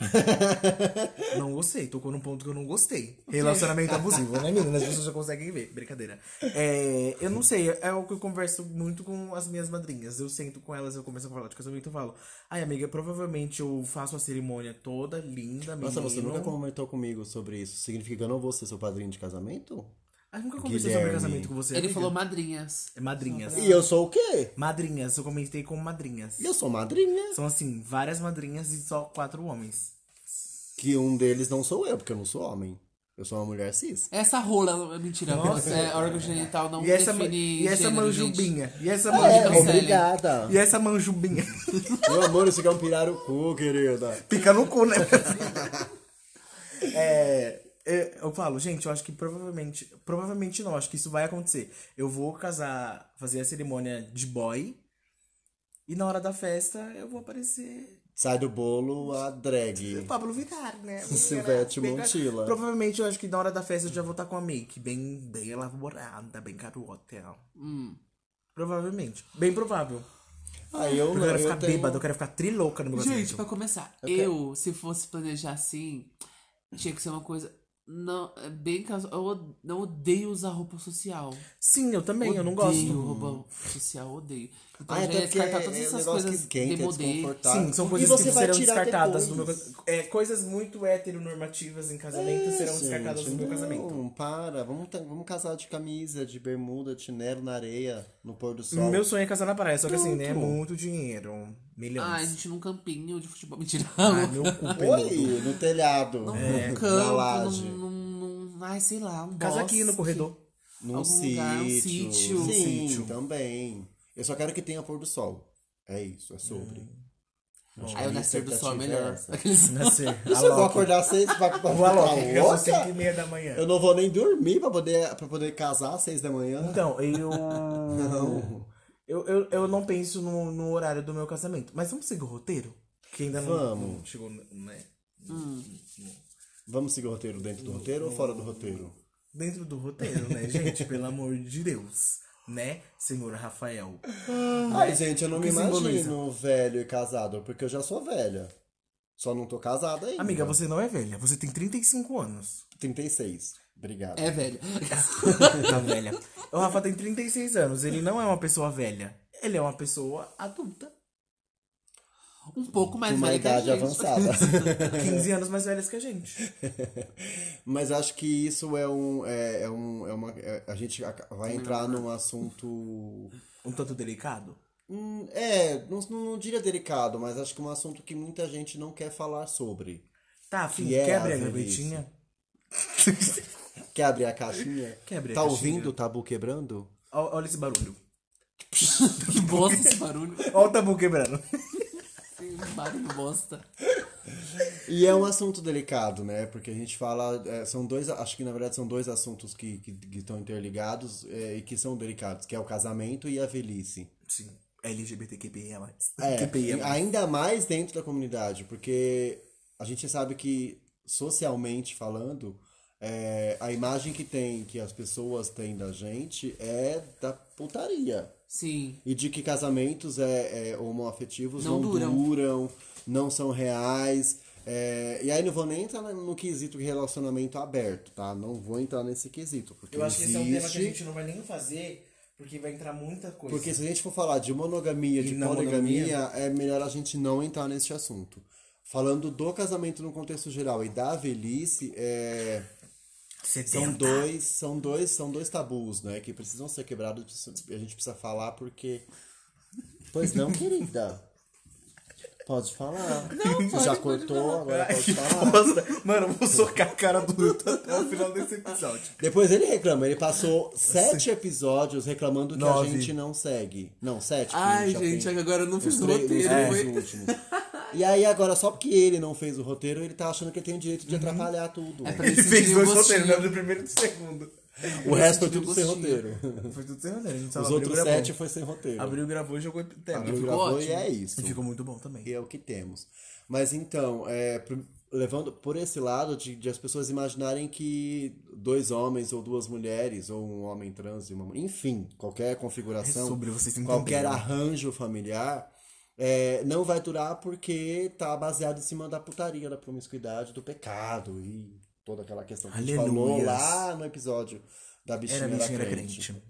Speaker 3: não gostei. Tocou num ponto que eu não gostei. Relacionamento abusivo, né, meninas? As pessoas já conseguem ver. Brincadeira. É, eu não sei. É o que eu converso muito com as minhas madrinhas. Eu sento com elas, eu começo a falar de casamento e falo. Ai, amiga, provavelmente eu faço a cerimônia toda linda, menino.
Speaker 1: Nossa, você nunca comentou comigo sobre isso. Significa que eu não vou ser seu padrinho de casamento?
Speaker 3: Ai, nunca conversei sobre
Speaker 1: Guilherme.
Speaker 3: casamento com você.
Speaker 2: Ele
Speaker 3: é amiga.
Speaker 2: falou madrinhas.
Speaker 3: É Madrinhas.
Speaker 1: E eu sou o quê?
Speaker 3: Madrinhas. Eu comentei com madrinhas.
Speaker 1: Eu sou madrinha.
Speaker 3: São assim, várias madrinhas e só quatro homens.
Speaker 1: Que um deles não sou eu, porque eu não sou homem. Eu sou uma mulher cis.
Speaker 2: Essa rola, mentira, é, órgão genital não
Speaker 3: E essa, ma-
Speaker 2: define
Speaker 3: e essa um
Speaker 2: gênero, gente.
Speaker 3: manjubinha. E essa
Speaker 2: É,
Speaker 3: manjubinha.
Speaker 1: obrigada.
Speaker 3: E essa manjubinha.
Speaker 1: Meu amor, isso aqui é um pirarucu, querida.
Speaker 3: Fica no cu, né? É, é, eu falo, gente, eu acho que provavelmente. Provavelmente não, acho que isso vai acontecer. Eu vou casar, fazer a cerimônia de boy. E na hora da festa eu vou aparecer.
Speaker 1: Sai do bolo a drag.
Speaker 3: Pablo Vittar, né?
Speaker 1: Silvete
Speaker 3: Bem-
Speaker 1: Montilla.
Speaker 3: Provavelmente eu acho que na hora da festa eu já vou estar com a make bem, bem elaborada, bem carota.
Speaker 2: Hum.
Speaker 3: Provavelmente. Bem provável.
Speaker 1: Aí eu
Speaker 3: Eu
Speaker 1: não.
Speaker 3: quero
Speaker 1: Eu
Speaker 3: ficar
Speaker 1: tenho-
Speaker 3: bêbado, eu quero ficar trilouca no meu
Speaker 2: Gente,
Speaker 3: casamento.
Speaker 2: pra começar,
Speaker 1: Eu quero-
Speaker 2: eu, se fosse planejar assim, tinha que ser uma coisa. Não, é bem casual. Eu od- não odeio usar roupa social.
Speaker 3: Sim, eu também, eu não
Speaker 2: Odeio
Speaker 3: gosto.
Speaker 2: roupa social, odeio. Então
Speaker 1: Ah,
Speaker 2: já
Speaker 1: até
Speaker 2: ia
Speaker 1: porque é,
Speaker 2: descartar
Speaker 1: é um
Speaker 2: todas essas
Speaker 1: negócio
Speaker 2: coisas
Speaker 1: que esquenta, é
Speaker 2: demodê.
Speaker 1: desconfortável.
Speaker 3: Sim, são
Speaker 1: E
Speaker 3: coisas
Speaker 1: você
Speaker 3: que
Speaker 1: vai
Speaker 3: serão
Speaker 1: tirar
Speaker 3: descartadas do meu
Speaker 1: depois.
Speaker 3: casamento. É, coisas muito heteronormativas em casamento serão
Speaker 1: É, Gente,
Speaker 3: descartadas do meu
Speaker 1: não,
Speaker 3: casamento.
Speaker 1: para, vamos, ta- vamos casar de camisa, de bermuda, de neve na areia, no pôr do sol.
Speaker 3: Meu sonho é casar na praia, só que assim, né?
Speaker 1: Pronto.
Speaker 3: Muito dinheiro.
Speaker 2: Ai, a
Speaker 3: Milhões.
Speaker 2: gente num campinho de futebol. Mentira.
Speaker 3: Ai, meu cu, peludo.
Speaker 1: Oi, no telhado,
Speaker 2: Num,
Speaker 1: é,
Speaker 2: num
Speaker 1: na
Speaker 2: campo,
Speaker 1: laje,
Speaker 2: num, num, num- Ai, sei lá, um
Speaker 3: Casa aqui no
Speaker 2: bosque.
Speaker 3: corredor.
Speaker 1: num
Speaker 2: algum
Speaker 1: sítio.
Speaker 2: lugar, um sítio.
Speaker 1: Sim,
Speaker 3: Sítio.
Speaker 1: também. Eu só quero que tenha pôr do sol. É isso, é sobre.
Speaker 2: Aí o
Speaker 1: Acho que a minha
Speaker 2: nascer do sol é
Speaker 1: expectativa
Speaker 2: melhor.
Speaker 1: essa. Ah,
Speaker 2: Aqueles...
Speaker 3: Nascer.
Speaker 1: Isso, eu vou acordar às seis pra, pra, pra
Speaker 3: Vou Alok, que
Speaker 1: ficar
Speaker 3: casou
Speaker 1: louca?
Speaker 3: às 5 e meia da manhã.
Speaker 1: Eu não vou nem dormir pra poder, pra poder casar às seis da manhã.
Speaker 3: Então, eu. Eu, eu, eu não penso no, no horário do meu casamento. Mas vamos seguir o roteiro? Que ainda não,
Speaker 1: Vamos.
Speaker 3: não chegou, né?
Speaker 1: Vamos seguir o roteiro dentro do roteiro ou fora do roteiro?
Speaker 3: Dentro do roteiro, né, gente? Pelo amor de Deus. Né, senhor Rafael?
Speaker 1: Ai, gente, eu não
Speaker 3: Né?
Speaker 1: me
Speaker 3: O que
Speaker 1: imagino
Speaker 3: simboliza?
Speaker 1: velho e casado, porque eu já sou velha. Só não tô casada ainda.
Speaker 3: Amiga, você não é velha. Você tem 35 anos.
Speaker 1: 36. Obrigado.
Speaker 2: É, velho.
Speaker 3: Tá velha. O Rafa tem 36 anos. Ele não é uma pessoa velha. Ele é uma pessoa adulta.
Speaker 2: Um pouco mais
Speaker 1: De uma
Speaker 2: velho que a
Speaker 1: idade
Speaker 2: gente.
Speaker 1: avançada.
Speaker 3: 15 anos mais velhas que a gente.
Speaker 1: Mas acho que isso é um. É, é um é uma, é- a gente aca- vai entrar num assunto.
Speaker 3: Um tanto delicado.
Speaker 1: Hum, é, não, não- não diria delicado, mas acho que é um assunto que muita gente não quer falar sobre.
Speaker 3: Tá, fim,
Speaker 1: Que é
Speaker 3: quebre
Speaker 1: a
Speaker 3: a
Speaker 1: velhice.
Speaker 3: gavetinha.
Speaker 1: Quer abrir a caixinha?
Speaker 3: Quer abrir a
Speaker 1: tá
Speaker 3: caixinha.
Speaker 1: ouvindo o tabu quebrando?
Speaker 3: Ó- Olha esse barulho.
Speaker 2: Que bosta esse barulho.
Speaker 3: Olha o tabu quebrando.
Speaker 2: Barulho um bosta.
Speaker 1: E é um assunto delicado, né? Porque a gente fala. é, são dois. Acho que na verdade são dois assuntos que que- que estão interligados é, e que são delicados, que é o casamento e a velhice.
Speaker 3: Sim. LGBTQIA+.
Speaker 1: É,
Speaker 3: QIA+.
Speaker 1: e ainda mais dentro da comunidade, porque a gente sabe que socialmente falando, é, é, a imagem que tem, que as pessoas têm da gente é da putaria.
Speaker 2: Sim.
Speaker 1: E de que casamentos é, é, homoafetivos
Speaker 2: Não
Speaker 1: não,
Speaker 2: duram.
Speaker 1: duram. não são reais. É, e aí não vou nem entrar no quesito relacionamento aberto, tá? Não vou entrar nesse quesito. Porque
Speaker 3: Eu acho que esse é um tema que a
Speaker 1: existe-
Speaker 3: gente não vai nem fazer, porque vai entrar muita coisa.
Speaker 1: Porque se a gente for falar de monogamia,
Speaker 3: E
Speaker 1: de
Speaker 3: não
Speaker 1: poligamia, é melhor a gente não entrar nesse assunto. Falando do casamento no contexto geral e da velhice, é, são dois, são dois, são dois tabus, né, que precisam ser quebrados, a gente precisa falar porque Pois não, querida. Pode falar. Não,
Speaker 2: pode,
Speaker 1: Já
Speaker 2: pode
Speaker 1: cortou,
Speaker 2: falar.
Speaker 1: agora pode falar.
Speaker 3: Mano, eu vou socar a cara do Luta até o final desse episódio.
Speaker 1: Depois ele reclama, ele passou sete episódios reclamando que
Speaker 3: Nove.
Speaker 1: a gente não segue. Não, sete. que
Speaker 2: Ai,
Speaker 1: já
Speaker 2: gente,
Speaker 1: tem
Speaker 2: é que agora eu não
Speaker 1: os
Speaker 2: fiz o
Speaker 1: três-
Speaker 2: roteiro,
Speaker 1: os três
Speaker 2: foi?
Speaker 1: últimos. E aí agora, só porque ele não fez o roteiro, ele tá achando que ele tem o direito de atrapalhar tudo.
Speaker 2: É pra
Speaker 3: Ele
Speaker 2: gente
Speaker 3: fez
Speaker 2: sentir o
Speaker 3: dois roteiros, né?
Speaker 2: gostinho.
Speaker 3: Do primeiro e do segundo.
Speaker 1: O resto
Speaker 2: sentir
Speaker 1: foi
Speaker 2: o
Speaker 1: tudo sem
Speaker 2: gostinho.
Speaker 1: roteiro.
Speaker 3: Foi tudo sem roteiro. A gente só
Speaker 1: Os
Speaker 3: abriu,
Speaker 1: outros
Speaker 3: gravou.
Speaker 1: sete foi sem roteiro.
Speaker 3: Abriu, gravou e jogou tema.
Speaker 1: Abriu,
Speaker 2: ficou
Speaker 1: gravou e
Speaker 2: ótimo.
Speaker 1: é isso.
Speaker 3: E ficou muito bom também.
Speaker 1: E é o que temos. Mas então, é, pr- levando por esse lado de, de as pessoas imaginarem que dois homens ou duas mulheres, ou um homem trans e uma mulher, enfim, qualquer configuração,
Speaker 3: É sobre vocês entenderem.
Speaker 1: qualquer arranjo familiar, é, não vai durar porque tá baseado em cima da putaria, da promiscuidade, do pecado e toda aquela questão que a gente falou
Speaker 3: Aleluias.
Speaker 1: lá no episódio da bichinha,
Speaker 3: Era bichinho, era
Speaker 1: crente.
Speaker 3: crente.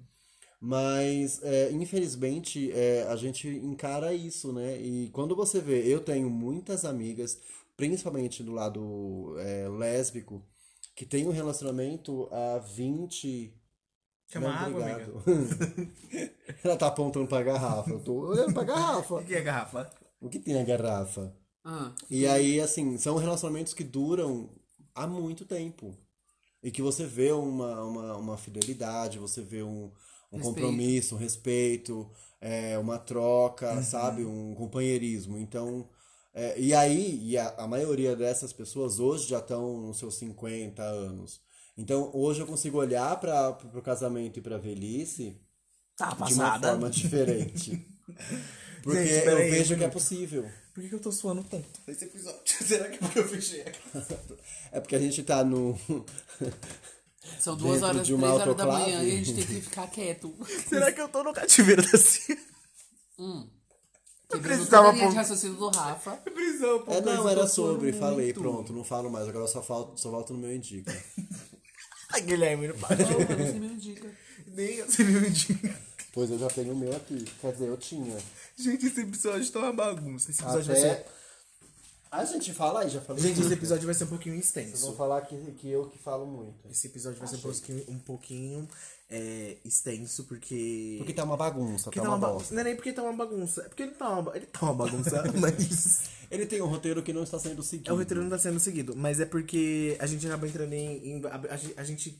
Speaker 1: Mas, é, infelizmente, é, a gente encara isso, né? E quando você vê, eu tenho muitas amigas, principalmente do lado é, lésbico, que tem um relacionamento há 20.
Speaker 3: Quer uma
Speaker 1: Não,
Speaker 3: água,
Speaker 1: obrigado. Ela tá apontando pra garrafa. Eu tô olhando pra
Speaker 3: O
Speaker 1: garrafa.
Speaker 3: que é garrafa?
Speaker 1: O que tem a garrafa?
Speaker 2: Ah,
Speaker 1: E aí, assim, são relacionamentos que duram há muito tempo. E que você vê uma, uma, uma fidelidade, você vê um, um
Speaker 2: Respeito.
Speaker 1: compromisso, um respeito, é, uma troca,
Speaker 3: Uhum.
Speaker 1: sabe? Um companheirismo. Então, é, e aí, e a, a maioria dessas pessoas hoje já estão nos seus 50 anos. Então, hoje eu consigo olhar para o casamento e para a velhice
Speaker 3: Tá
Speaker 1: de uma forma diferente. Porque
Speaker 3: Gente,
Speaker 1: eu
Speaker 3: peraí,
Speaker 1: vejo que é
Speaker 3: minuto.
Speaker 1: possível.
Speaker 3: Por que, que eu tô suando tanto nesse episódio? Será que é porque eu fechei a cara?
Speaker 1: É porque a gente tá no.
Speaker 2: são duas
Speaker 1: Dentro
Speaker 2: horas,
Speaker 1: de
Speaker 2: três
Speaker 1: uma
Speaker 2: horas da manhã
Speaker 1: autoclave.
Speaker 2: e a gente tem que ficar quieto.
Speaker 3: Será que eu tô no cativeiro da Cia?
Speaker 1: Hum.
Speaker 2: Eu
Speaker 3: precisava
Speaker 2: de
Speaker 3: pôr-
Speaker 2: raciocínio do Rafa.
Speaker 3: Prisão, pô.
Speaker 1: É,
Speaker 3: mas
Speaker 1: não,
Speaker 3: eu
Speaker 1: era
Speaker 3: tô suando
Speaker 1: sobre, falei,
Speaker 3: muito.
Speaker 1: pronto, não falo mais, agora eu só, falo, só volto no meu indica.
Speaker 3: Ai, Guilherme, não fala.
Speaker 2: Não, mas você me dica.
Speaker 3: Nem você me indica.
Speaker 1: pois eu já tenho o meu aqui, quer dizer, eu tinha.
Speaker 3: Gente, esse episódio tá uma bagunça. Esse episódio vai
Speaker 1: Até... Ah,
Speaker 3: ser...
Speaker 1: A gente fala aí, já falei.
Speaker 3: Gente, esse episódio vai ser um pouquinho
Speaker 1: Vocês vão
Speaker 3: extenso.
Speaker 1: falar que, que eu que falo muito.
Speaker 3: Esse episódio vai ser um pouquinho, um pouquinho é, extenso, porque...
Speaker 1: Porque tá uma bagunça,
Speaker 3: porque
Speaker 1: tá uma
Speaker 3: ba-
Speaker 1: bosta.
Speaker 3: Não é nem porque tá uma bagunça. É porque ele tá uma, ba- ele tá uma bagunça, mas...
Speaker 1: Ele tem um roteiro que não está sendo seguido.
Speaker 3: É, o roteiro não tá sendo seguido. Mas é porque a gente acaba entrando em... em- a, gente- a gente...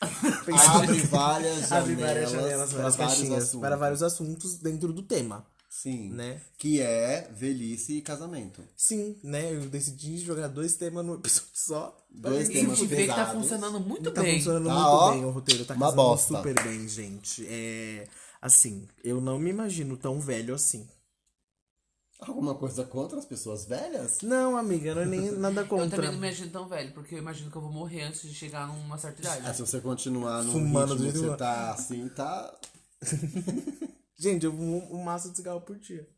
Speaker 1: Abre várias janelas,
Speaker 3: Abre várias janelas,
Speaker 1: para vários
Speaker 3: várias caixinhas
Speaker 1: assuntos.
Speaker 3: para vários assuntos dentro do tema.
Speaker 1: Sim,
Speaker 3: né?
Speaker 1: que é velhice e casamento.
Speaker 3: Sim, né? Eu decidi jogar dois temas no episódio só.
Speaker 1: Dois
Speaker 2: E
Speaker 1: temas
Speaker 2: te vê que tá
Speaker 1: pesados.
Speaker 2: funcionando muito
Speaker 3: tá
Speaker 2: bem.
Speaker 3: funcionando
Speaker 1: Tá,
Speaker 3: muito
Speaker 1: ó,
Speaker 3: bem o roteiro, tá
Speaker 1: uma
Speaker 3: casando
Speaker 1: bosta.
Speaker 3: super bem, gente. É, assim, eu não me imagino tão velho assim.
Speaker 1: Alguma coisa contra as pessoas velhas?
Speaker 3: Não, amiga, não é nem nada
Speaker 2: Eu também
Speaker 3: contra.
Speaker 2: não me imagino tão velho, porque eu imagino que eu vou morrer antes de chegar numa certa
Speaker 1: Ah,
Speaker 2: idade.
Speaker 1: se você continuar no
Speaker 3: Fumando
Speaker 1: ritmo que
Speaker 3: do-
Speaker 1: você tá assim, tá
Speaker 3: Gente, eu fumo um maço de cigarro por dia.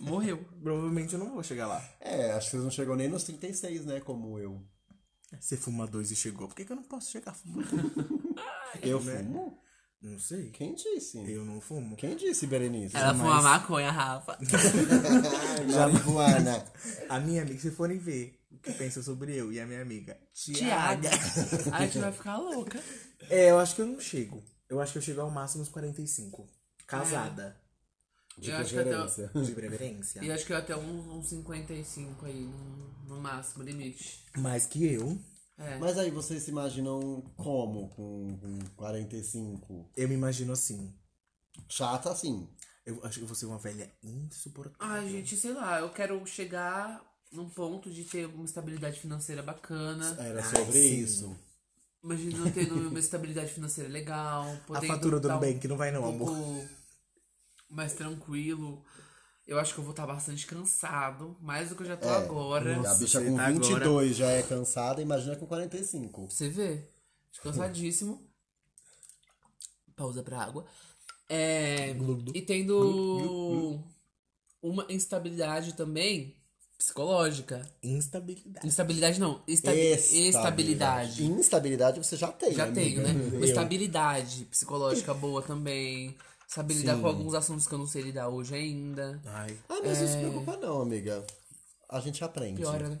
Speaker 2: Morreu.
Speaker 3: Provavelmente eu não vou chegar lá.
Speaker 1: É, acho que vocês não chegam nem nos 36, né? Como eu.
Speaker 3: Você fuma dois e chegou. Por que, que eu não posso chegar a fumar?
Speaker 1: Eu
Speaker 2: né?
Speaker 1: fumo?
Speaker 3: não sei.
Speaker 1: Quem disse?
Speaker 3: Eu não fumo.
Speaker 1: Quem disse, Berenice?
Speaker 2: Ela fuma maconha, Rafa.
Speaker 1: Ai, marihuana.
Speaker 3: A minha amiga, se forem ver o que pensa sobre eu e a minha amiga,
Speaker 2: Tiaga.
Speaker 3: Tiaga.
Speaker 2: A gente vai ficar louca.
Speaker 3: É, eu acho que eu não chego. Eu acho que eu chego ao máximo uns 45. Casada.
Speaker 1: De
Speaker 2: Eu acho que
Speaker 1: preferência.
Speaker 3: De preferência.
Speaker 2: É. E acho que eu até um, um 55 aí, no, no máximo, limite.
Speaker 3: Mais que eu.
Speaker 2: É.
Speaker 1: Mas aí vocês se imaginam como com, com 45?
Speaker 3: Eu me imagino assim.
Speaker 1: Chata assim.
Speaker 3: Eu acho que eu vou ser uma velha insuportável.
Speaker 2: Ai, gente, sei lá, eu quero chegar num ponto de ter uma estabilidade financeira bacana.
Speaker 1: Era
Speaker 3: Ai,
Speaker 1: sobre
Speaker 3: sim.
Speaker 1: isso.
Speaker 2: Imagino tendo uma estabilidade financeira legal.
Speaker 3: A
Speaker 2: podendo
Speaker 3: fatura do
Speaker 2: dar um
Speaker 3: Nubank não vai não,
Speaker 2: pouco
Speaker 3: amor.
Speaker 2: mais tranquilo. Eu acho que eu vou estar bastante cansado, mais do que eu já tô
Speaker 1: É.
Speaker 2: agora.
Speaker 1: a bicha
Speaker 3: você
Speaker 1: com
Speaker 3: tá agora-
Speaker 1: 22 já é cansada, imagina com 45.
Speaker 2: Você vê. Descansadíssimo. Pausa pra água. É, e tendo uma instabilidade também psicológica.
Speaker 3: Instabilidade.
Speaker 2: Instabilidade não. Estabi estabilidade.
Speaker 1: Instabilidade você já tem.
Speaker 2: Já tenho,
Speaker 1: amiga.
Speaker 2: né? Uma
Speaker 1: Eu.
Speaker 2: estabilidade psicológica boa também. Saber lidar
Speaker 1: Sim.
Speaker 2: com alguns assuntos que eu não sei lidar hoje ainda.
Speaker 3: Ai.
Speaker 1: Ah, mas não se
Speaker 3: É.
Speaker 1: preocupa não, amiga. A gente aprende.
Speaker 2: Piora, né?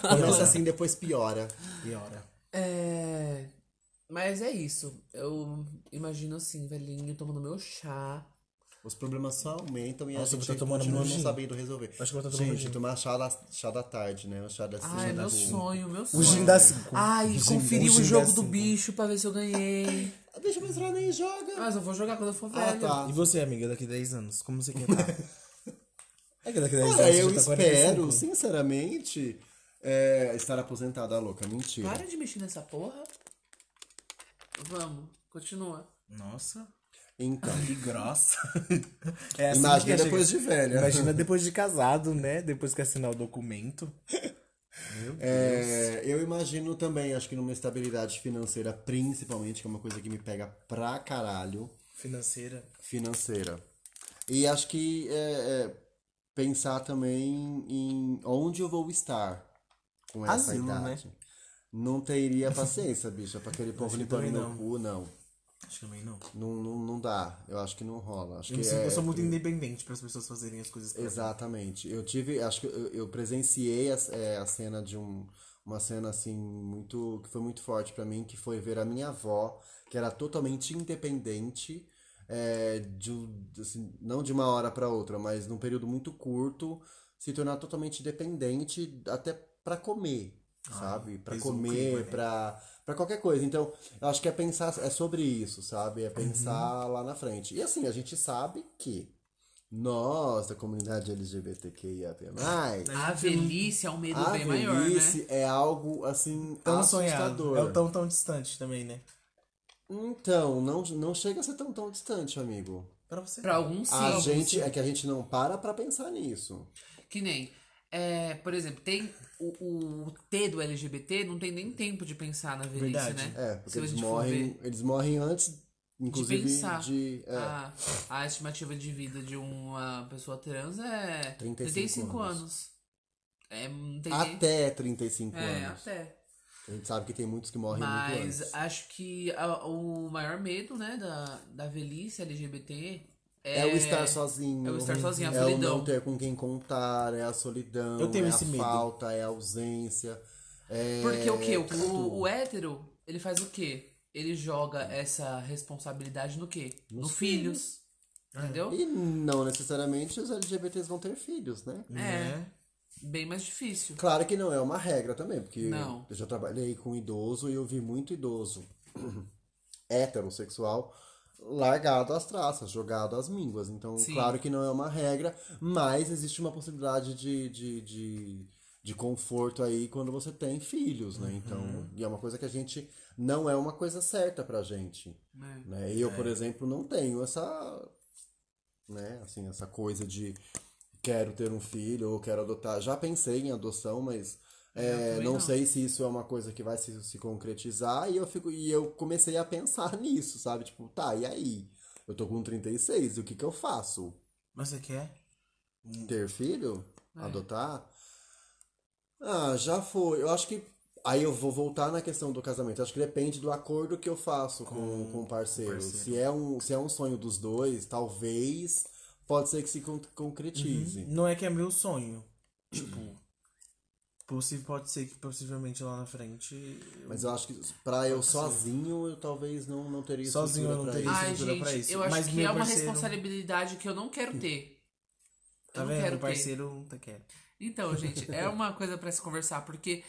Speaker 1: Começa assim, depois piora.
Speaker 3: E hora.
Speaker 2: É. Mas é isso. Eu imagino assim, velhinho, tomando meu chá.
Speaker 1: Os problemas só aumentam e a
Speaker 3: Nossa, eu
Speaker 1: gente
Speaker 3: vou tá tomando
Speaker 1: continua
Speaker 3: meu
Speaker 1: não
Speaker 3: gin.
Speaker 1: sabendo resolver.
Speaker 3: Acho que eu vou tá tomando
Speaker 1: gente,
Speaker 3: gin.
Speaker 1: tomar chá da, chá da tarde, né? O chá da
Speaker 2: Ai,
Speaker 1: da
Speaker 2: meu
Speaker 1: tarde.
Speaker 2: sonho, meu sonho.
Speaker 3: O gin dá cinco.
Speaker 2: Ai,
Speaker 3: O gin-
Speaker 2: conferi
Speaker 3: o
Speaker 2: o
Speaker 3: gin
Speaker 2: jogo
Speaker 3: dá assim.
Speaker 2: do
Speaker 3: cinco.
Speaker 2: bicho pra ver se eu ganhei.
Speaker 1: Ah, Deixa mas ela nem joga.
Speaker 2: Mas eu vou jogar quando eu for
Speaker 1: Ah,
Speaker 2: velho.
Speaker 1: tá.
Speaker 3: E você, amiga, daqui 10 anos, como você quer estar? é que daqui 10
Speaker 1: Olha,
Speaker 3: anos
Speaker 1: eu
Speaker 3: você já tá
Speaker 1: espero,
Speaker 3: 45.
Speaker 1: sinceramente, é, estar aposentada, ah, louca. Mentira.
Speaker 2: Para de mexer nessa porra. Vamos, continua.
Speaker 3: Nossa,
Speaker 1: Então,
Speaker 3: que grossa. É assim
Speaker 1: imagina
Speaker 3: que
Speaker 1: depois
Speaker 3: chega-
Speaker 1: de velha.
Speaker 3: Imagina depois de casado, né? Depois que assinar o documento. Meu Deus.
Speaker 1: É, eu imagino também, acho que numa estabilidade financeira, principalmente, que é uma coisa que me pega pra caralho,
Speaker 3: Financeira.
Speaker 1: financeira. E acho que é, é, pensar também em onde eu vou estar com essa
Speaker 3: Asilo, né?
Speaker 1: idade. Não teria paciência, bicha, pra aquele povo
Speaker 3: que
Speaker 1: limpando
Speaker 3: também
Speaker 1: meu
Speaker 3: não.
Speaker 1: cu, não.
Speaker 3: Acho que também não.
Speaker 1: Não, não. não dá, eu acho que não rola. Acho
Speaker 3: Eu,
Speaker 1: que
Speaker 3: me sinto-
Speaker 1: é-
Speaker 3: eu sou muito independente para as pessoas fazerem as coisas. pra mim.
Speaker 1: Exatamente. Eu tive, acho que eu, eu presenciei a, é, a cena de um, uma cena assim muito que foi muito forte pra mim, que foi ver a minha avó, que era totalmente independente, é, de, um- assim, não de uma hora pra outra, mas num período muito curto, se tornar totalmente dependente até pra comer, sabe? Pra
Speaker 3: pesou o
Speaker 1: comer,
Speaker 3: clima, Ah, né?
Speaker 1: pra para qualquer coisa. Então, eu acho que é pensar é sobre isso, sabe?
Speaker 2: Uhum.
Speaker 1: É pensar lá na frente. E assim, a gente sabe que nós, da comunidade LGBTQIA+,
Speaker 3: Né? Ah,
Speaker 2: A velhice é um medo
Speaker 1: a
Speaker 2: bem maior, né?
Speaker 1: velhice é algo assim
Speaker 3: Tão sonhado.
Speaker 1: assustador.
Speaker 3: É o tão tão distante também, né?
Speaker 1: Então, não, não chega a ser tão tão distante, amigo.
Speaker 3: Para você.
Speaker 2: Pra alguns sim.
Speaker 1: a gente é que a gente não para pra pensar nisso.
Speaker 2: Que nem, é, por exemplo, tem o, o T do LGBT não tem nem tempo de pensar na velhice,
Speaker 3: Verdade.
Speaker 2: né?
Speaker 1: É, porque
Speaker 2: Se a
Speaker 1: eles
Speaker 2: gente for
Speaker 1: morrem,
Speaker 2: ver
Speaker 1: eles morrem antes inclusive
Speaker 2: pensar. Ah,
Speaker 1: de é,
Speaker 2: a, a estimativa de vida de uma pessoa trans é
Speaker 1: 35
Speaker 2: anos.
Speaker 1: anos.
Speaker 2: É, não tem nem-
Speaker 1: até 35
Speaker 2: É,
Speaker 1: anos.
Speaker 2: até.
Speaker 1: A gente sabe que tem muitos que morrem muito antes.
Speaker 2: Mas acho que a- o maior medo, né, da, da velhice LGBT é,
Speaker 1: É o estar sozinho.
Speaker 2: é o estar sozinho, a
Speaker 1: É o
Speaker 2: solidão.
Speaker 1: não ter com quem contar, é a solidão,
Speaker 3: Eu tenho
Speaker 1: é
Speaker 3: esse
Speaker 1: a
Speaker 3: medo.
Speaker 1: falta, é a ausência. é
Speaker 2: Porque o que? O,
Speaker 1: tudo.
Speaker 2: o, o hétero, ele faz o quê? Ele joga essa responsabilidade no quê? No filhos. Entendeu?
Speaker 1: E não necessariamente os LGBTs vão ter filhos, né?
Speaker 2: É. Bem mais difícil.
Speaker 1: Claro que não é uma regra também, porque
Speaker 2: Não.
Speaker 1: eu já trabalhei com idoso e eu vi muito idoso heterossexual largado às traças, jogado às mínguas. Então,
Speaker 2: Sim.
Speaker 1: claro que não é uma regra, mas existe uma possibilidade de, de, de, de conforto aí quando você tem filhos, né?
Speaker 2: Uhum.
Speaker 1: Então, e é uma coisa que a gente não é uma coisa certa pra gente.
Speaker 2: né?
Speaker 1: Né? Eu, por exemplo, não tenho essa, né, assim, essa coisa de quero ter um filho ou quero adotar. Já pensei em adoção, mas é,
Speaker 2: também
Speaker 1: não,
Speaker 2: não.
Speaker 1: sei se isso é uma coisa que vai se, se concretizar. E eu fico e eu comecei a pensar nisso, sabe? Tipo, tá, e aí? Eu tô com 36, e o que que eu faço?
Speaker 3: Mas você quer?
Speaker 1: Ter filho?
Speaker 2: É.
Speaker 1: Adotar? Ah, já foi. Eu acho que. Aí eu vou voltar na questão do casamento. Acho que depende do acordo que eu faço com, com o parceiro.
Speaker 3: parceiro.
Speaker 1: Se é um, se é um sonho dos dois, talvez pode ser que se con- concretize.
Speaker 3: Não é que é meu sonho. Tipo, possi- pode ser que possivelmente lá na frente. eu-
Speaker 1: Mas eu acho que pra eu sozinho, eu talvez não, não teria
Speaker 3: Sozinho eu
Speaker 1: estrutura
Speaker 3: não
Speaker 1: pra
Speaker 3: teria
Speaker 1: isso.
Speaker 2: Ai,
Speaker 3: estrutura pra
Speaker 2: gente,
Speaker 3: isso.
Speaker 2: eu acho
Speaker 3: Mas
Speaker 2: que
Speaker 3: meu
Speaker 2: é uma
Speaker 3: parceiro-
Speaker 2: responsabilidade que eu não quero ter. eu
Speaker 3: Tá
Speaker 2: não
Speaker 3: vendo?
Speaker 2: quero
Speaker 3: O
Speaker 2: ter.
Speaker 3: parceiro não tá quieto.
Speaker 2: Então, gente, é uma coisa pra se conversar, porque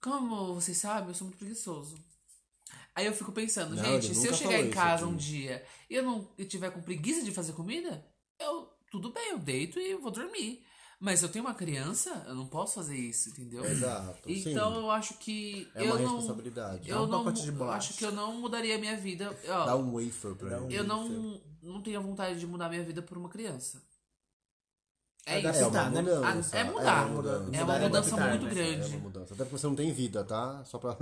Speaker 2: como vocês sabem, eu sou muito preguiçoso. Aí eu fico pensando,
Speaker 1: Não,
Speaker 2: gente,
Speaker 1: ele
Speaker 2: se
Speaker 1: nunca
Speaker 2: eu chegar
Speaker 1: falou
Speaker 2: em
Speaker 1: isso
Speaker 2: casa
Speaker 1: aqui.
Speaker 2: um dia e eu não eu tiver com preguiça de fazer comida, eu tudo bem, eu deito e vou dormir. Mas eu tenho uma criança, eu não posso fazer isso, entendeu?
Speaker 1: É, Exato, sim.
Speaker 2: Então eu acho que
Speaker 1: É
Speaker 2: eu
Speaker 1: uma
Speaker 2: não
Speaker 1: responsabilidade. é
Speaker 2: eu
Speaker 3: Dá um
Speaker 2: não
Speaker 3: pacote de
Speaker 2: eu
Speaker 3: bolacha.
Speaker 2: acho que eu não mudaria a minha vida. ó,
Speaker 1: Dá um wafer pra
Speaker 3: Dá
Speaker 1: mim.
Speaker 3: um
Speaker 2: eu não não tenho vontade de mudar a minha vida por uma criança. É
Speaker 1: É
Speaker 2: isso.
Speaker 1: uma
Speaker 3: Tá, né?
Speaker 1: mudança.
Speaker 2: Ah, é mudar.
Speaker 3: É uma mudança muito
Speaker 2: grande.
Speaker 1: É uma mudança. Até porque você não tem vida, tá? Só pra.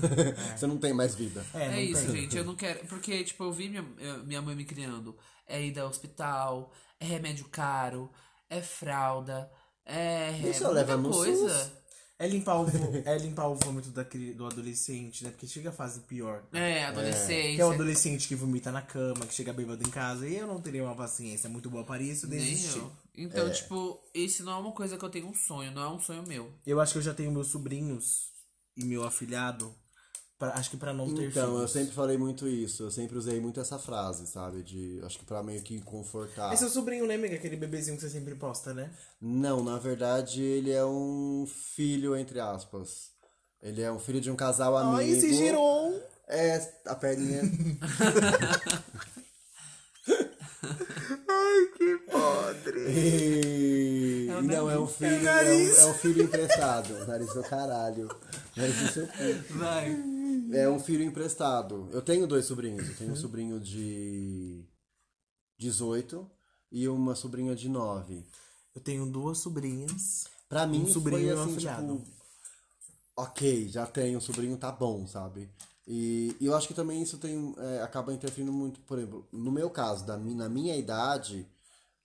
Speaker 1: você não tem mais vida.
Speaker 2: É,
Speaker 3: não
Speaker 2: isso,
Speaker 3: tem.
Speaker 2: gente. Eu não quero. Porque, tipo, eu vi minha, eu- minha mãe me criando. É ida ao hospital, é remédio caro, é fralda, é.
Speaker 1: Isso
Speaker 2: é muita
Speaker 1: leva no
Speaker 2: coisa.
Speaker 1: SUS.
Speaker 3: É limpar o, vô- é limpar o vômito da, cri- do adolescente, né? Porque chega a fase pior.
Speaker 2: É, adolescência.
Speaker 3: Que é o adolescente que vomita na cama, que chega bêbado em casa. E eu não teria uma paciência É muito boa para isso,
Speaker 2: Nem
Speaker 3: desisti.
Speaker 2: eu.
Speaker 1: É.
Speaker 2: Então, tipo, isso não é uma coisa que eu tenho um sonho, não é um sonho meu.
Speaker 3: Eu acho que eu já tenho meus sobrinhos e meu afilhado. pra- acho que pra não ter
Speaker 1: Então, eu
Speaker 3: filhos.
Speaker 1: sempre falei muito isso. Eu sempre usei muito essa frase, sabe? De. Acho que pra meio que confortar.
Speaker 3: É seu sobrinho, né, amiga? Aquele bebezinho que você sempre posta, né?
Speaker 1: Não, na verdade, ele é um filho, entre aspas. Ele é um filho de um casal amigo.
Speaker 3: Ai, se girou!
Speaker 1: É, a perninha.
Speaker 3: Ai, que podre!
Speaker 1: E-
Speaker 2: É o
Speaker 1: não, é um
Speaker 2: nariz.
Speaker 1: filho.
Speaker 3: É o
Speaker 1: É um,
Speaker 3: nariz.
Speaker 1: é um filho emprestado. nariz do caralho. Nariz do seu cu.
Speaker 2: Vai.
Speaker 1: É um filho emprestado. Eu tenho dois sobrinhos. Eu tenho um sobrinho de 18 e uma sobrinha de 9.
Speaker 3: Eu tenho duas sobrinhas.
Speaker 1: Pra mim,
Speaker 3: sobrinho e um
Speaker 1: foi assim,
Speaker 3: afilhado.
Speaker 1: tipo. Ok, já tem um sobrinho, tá bom, sabe? E, e eu acho que também isso tem é, acaba interferindo muito. Por exemplo, no meu caso, da, mi- na minha idade,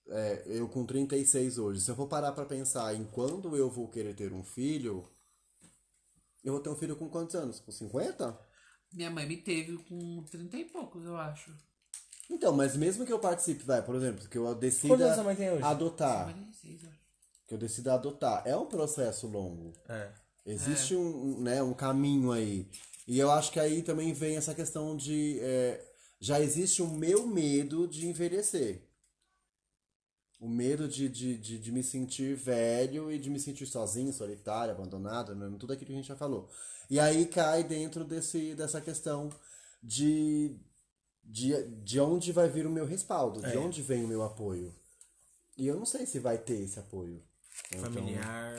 Speaker 1: é, eu com 36 hoje, se eu for parar pra pensar em quando eu vou querer ter um filho, eu vou ter um filho com quantos anos? Com 50?
Speaker 2: Minha mãe me teve com 30 e poucos, eu acho.
Speaker 1: Então, mas mesmo que eu participe, vai, por exemplo, que eu
Speaker 3: Quantos
Speaker 1: decida
Speaker 3: anos sua mãe tem hoje?
Speaker 1: adotar,
Speaker 2: 46, eu acho.
Speaker 1: que eu decida adotar, é um processo longo.
Speaker 3: É.
Speaker 1: Existe um, um, né, um caminho aí. E eu acho que aí também vem essa questão de. é, já existe o meu medo de envelhecer. O medo de, de, de, de me sentir velho e de me sentir sozinho, solitário, abandonado, né, tudo aquilo que a gente já falou. E aí cai dentro desse, dessa questão de, de, de onde vai vir o meu respaldo, de
Speaker 3: É.
Speaker 1: onde vem o meu apoio. E eu não sei se vai ter esse apoio. Então,
Speaker 3: Familiar.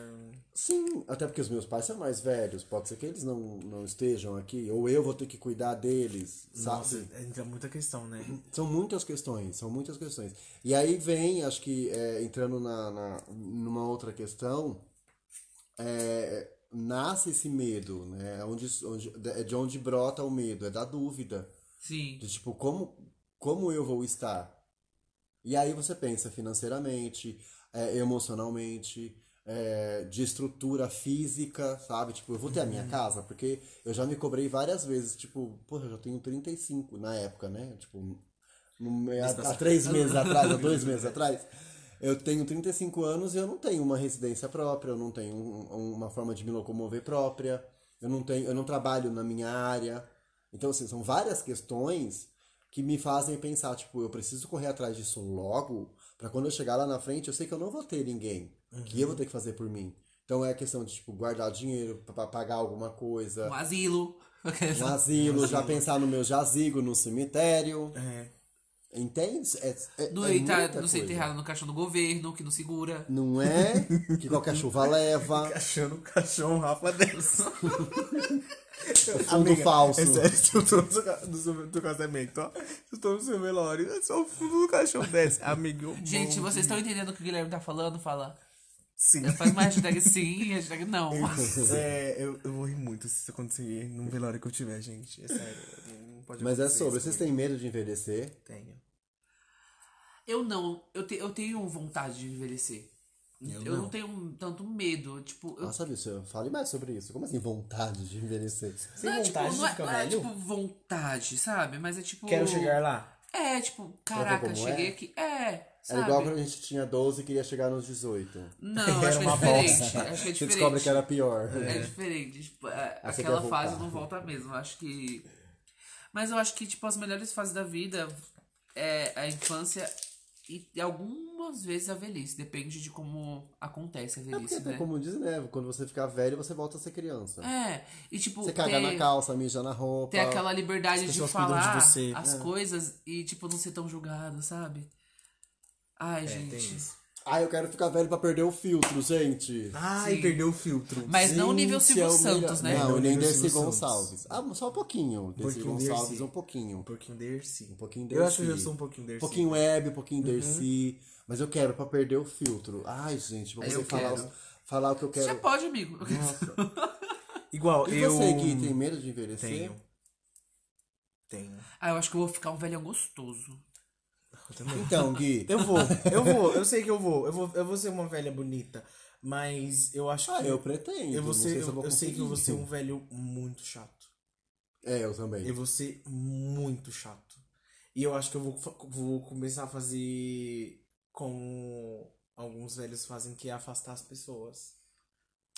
Speaker 1: Sim, até porque os meus pais são mais velhos, pode ser que eles não, não estejam aqui, ou eu vou ter que cuidar deles,
Speaker 3: Nossa,
Speaker 1: sabe?
Speaker 3: entra muita questão, né?
Speaker 1: São muitas questões, são muitas questões. E aí vem, acho que é, entrando na, na- numa outra questão, é, nasce esse medo, né? Onde, onde, é de onde brota o medo, é da dúvida.
Speaker 2: Sim.
Speaker 1: De tipo, como, como eu vou estar? E aí você pensa financeiramente, é, emocionalmente, é, de estrutura física, sabe? Tipo, eu vou ter a minha casa, porque eu já me cobrei várias vezes, tipo, porra, eu já tenho 35 na época, né? Tipo, no- há- há três meses atrás, há dois meses atrás. Eu tenho 35 anos e eu não tenho uma residência própria, eu não tenho um- uma forma de me locomover própria, eu não tenho, eu não trabalho na minha área. Então, assim, são várias questões que me fazem pensar, tipo, eu preciso correr atrás disso logo, pra quando eu chegar lá na frente, eu sei que eu não vou ter ninguém, que eu vou ter que fazer por mim. Então é a questão de, tipo, guardar dinheiro pra pagar alguma coisa,
Speaker 2: Um asilo.
Speaker 1: um asilo, já pensar no meu jazigo no cemitério.
Speaker 3: É.
Speaker 1: Entende? É, é,
Speaker 2: Não,
Speaker 1: é
Speaker 2: ele tá,
Speaker 1: muita
Speaker 2: não sei,
Speaker 1: coisa.
Speaker 2: enterrado no caixão do governo, que não segura.
Speaker 1: Não é? Que qualquer chuva leva.
Speaker 3: Achando o cachorro, Rafa dessa.
Speaker 1: Fundo falso.
Speaker 3: É sério, se eu tô no seu, ca- no seu- no seu casamento, ó. Se eu tô no seu velório, é só o fundo do caixão desse. Amigo, eu
Speaker 2: Gente,
Speaker 3: morro.
Speaker 2: vocês estão entendendo o que o Guilherme tá falando? Fala.
Speaker 3: Sim.
Speaker 2: Faz uma hashtag sim, hashtag não.
Speaker 3: É, eu, eu vou rir muito se isso acontecer num velório que eu tiver, gente. É sério. Não pode
Speaker 1: Mas é
Speaker 3: acontecer
Speaker 1: sobre,
Speaker 3: isso
Speaker 1: vocês
Speaker 3: comigo.
Speaker 1: têm medo de envelhecer?
Speaker 3: Tenho.
Speaker 2: Eu não, eu, te- eu tenho vontade de envelhecer. Eu, não. tenho tanto medo, tipo, eu,
Speaker 1: Nossa, bicho, fale mais sobre isso. Como assim, vontade de envelhecer?
Speaker 3: Sem
Speaker 2: não é, tipo, não
Speaker 3: vontade de
Speaker 2: é,
Speaker 3: ficar
Speaker 2: não é,
Speaker 3: velho?
Speaker 2: tipo vontade, sabe? Mas é tipo
Speaker 3: Quero chegar lá.
Speaker 2: É, tipo, caraca,
Speaker 1: como
Speaker 2: cheguei
Speaker 1: é?
Speaker 2: aqui. É, sabe?
Speaker 1: Era igual quando a gente tinha 12 e queria chegar nos 18.
Speaker 2: Não,
Speaker 3: Era
Speaker 2: acho que é
Speaker 3: uma
Speaker 2: diferente.
Speaker 3: bosta.
Speaker 2: Acho que é
Speaker 1: Você
Speaker 2: diferente.
Speaker 1: descobre que era pior.
Speaker 2: É diferente. Tipo, é,
Speaker 1: Aí você
Speaker 2: aquela
Speaker 1: quer
Speaker 2: fase
Speaker 1: voltar.
Speaker 2: não volta mesmo. eu Acho que. Mas eu acho que, tipo, as melhores fases da vida é a infância e algumas vezes a velhice. Depende de como acontece a
Speaker 1: É porque,
Speaker 2: velhice, né?
Speaker 1: como diz, né? Quando você ficar velho, você volta a ser criança.
Speaker 2: É. E tipo,
Speaker 1: Você caga
Speaker 2: ter,
Speaker 1: na calça, mija na roupa.
Speaker 2: ter aquela liberdade de
Speaker 3: As pessoas cuidam de
Speaker 2: falar
Speaker 3: você,
Speaker 2: as
Speaker 3: é.
Speaker 2: coisas e, tipo, não ser tão julgado, sabe? Ai,
Speaker 3: É, tem
Speaker 2: gente.
Speaker 3: isso.
Speaker 1: Ah, eu quero ficar velho pra perder o filtro, gente.
Speaker 3: Ai,
Speaker 2: Sim.
Speaker 3: perdeu o filtro.
Speaker 2: Mas não nível
Speaker 1: Gente,
Speaker 2: Silvio
Speaker 1: é o
Speaker 2: Santos,
Speaker 1: melhor.
Speaker 2: né?
Speaker 1: Não,
Speaker 3: Não,
Speaker 1: nem
Speaker 3: nível
Speaker 1: Dercy
Speaker 3: Silvio
Speaker 1: Gonçalves. Ah, só um pouquinho. Dercy
Speaker 3: pouquinho
Speaker 1: Gonçalves,
Speaker 3: Dercy.
Speaker 1: um pouquinho.
Speaker 3: Um pouquinho Dercy. Um
Speaker 1: pouquinho
Speaker 3: Eu acho que eu
Speaker 1: Dercy.
Speaker 3: já sou um pouquinho
Speaker 1: Um
Speaker 3: Dercy.
Speaker 1: pouquinho web, um pouquinho Dercy, Mas eu quero pra perder o filtro. Ai, gente, vou
Speaker 2: Eu
Speaker 1: você falar,
Speaker 2: quero.
Speaker 1: os- falar o que eu
Speaker 2: Você
Speaker 1: quero.
Speaker 2: pode, amigo.
Speaker 3: Igual,
Speaker 1: E
Speaker 3: eu.
Speaker 1: você que tem medo de envelhecer?
Speaker 3: Tenho. Tenho.
Speaker 2: Ah, eu acho que eu vou ficar um velhão gostoso.
Speaker 3: Eu também.
Speaker 1: Então, Gui.
Speaker 3: Eu vou, eu vou, eu sei que eu vou. Eu vou, eu vou ser uma velha bonita. Mas eu acho
Speaker 1: Ah,
Speaker 3: que.
Speaker 1: eu pretendo.
Speaker 3: eu,
Speaker 1: não
Speaker 3: vou ser,
Speaker 1: sei
Speaker 3: eu,
Speaker 1: se eu, vou
Speaker 3: eu sei que eu vou ser um
Speaker 1: conseguir.
Speaker 3: velho muito chato.
Speaker 1: É, eu também.
Speaker 3: Eu vou ser muito chato. E eu acho que eu vou, fa- vou começar a fazer como alguns velhos fazem, que é afastar as pessoas.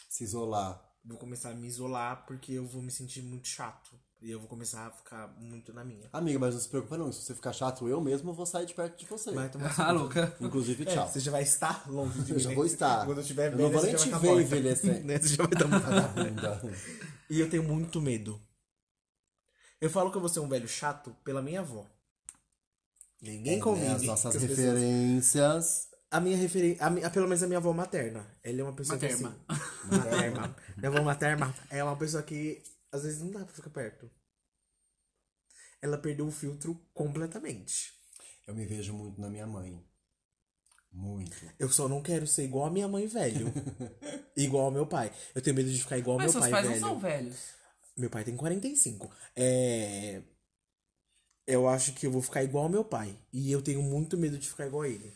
Speaker 1: Se isolar.
Speaker 3: Vou começar a me isolar porque eu vou me sentir muito chato. E eu vou começar a ficar muito na minha.
Speaker 1: Amiga, mas não se preocupa não. Se você ficar chato, eu mesmo vou sair de perto de você.
Speaker 3: Vai tomar
Speaker 2: Ah, louca.
Speaker 1: Inclusive,
Speaker 3: É,
Speaker 1: tchau.
Speaker 3: você já vai estar longe de mim.
Speaker 1: Eu já
Speaker 3: né?
Speaker 1: vou estar.
Speaker 3: Quando eu tiver
Speaker 1: Eu não
Speaker 3: velha,
Speaker 1: vou
Speaker 3: você
Speaker 1: nem
Speaker 3: já
Speaker 1: te
Speaker 3: vai tá
Speaker 1: ver
Speaker 3: morta.
Speaker 1: envelhecer.
Speaker 3: Né? Você já vai estar morta.
Speaker 1: Vagabunda. É,
Speaker 3: E eu tenho muito medo. Eu falo que eu vou ser um velho chato pela minha avó. Ninguém convive.
Speaker 1: É, né, As nossas
Speaker 3: que as pessoas-
Speaker 1: referências.
Speaker 3: A minha referência. Pelo menos a minha avó materna. Ela é uma pessoa
Speaker 2: Materna.
Speaker 3: que. Assim, materna. minha avó materna é uma pessoa que às vezes não dá pra ficar perto. Ela perdeu o filtro completamente.
Speaker 1: Eu me vejo muito na minha mãe. Muito.
Speaker 3: Eu só não quero ser igual a minha mãe velho. igual ao meu pai. Eu tenho medo de ficar igual ao
Speaker 2: Mas
Speaker 3: meu
Speaker 2: seus
Speaker 3: pai
Speaker 2: pais
Speaker 3: velho.
Speaker 2: não são velhos.
Speaker 3: Meu pai tem 45. É. Eu acho que eu vou ficar igual ao meu pai. E eu tenho muito medo de ficar igual a ele.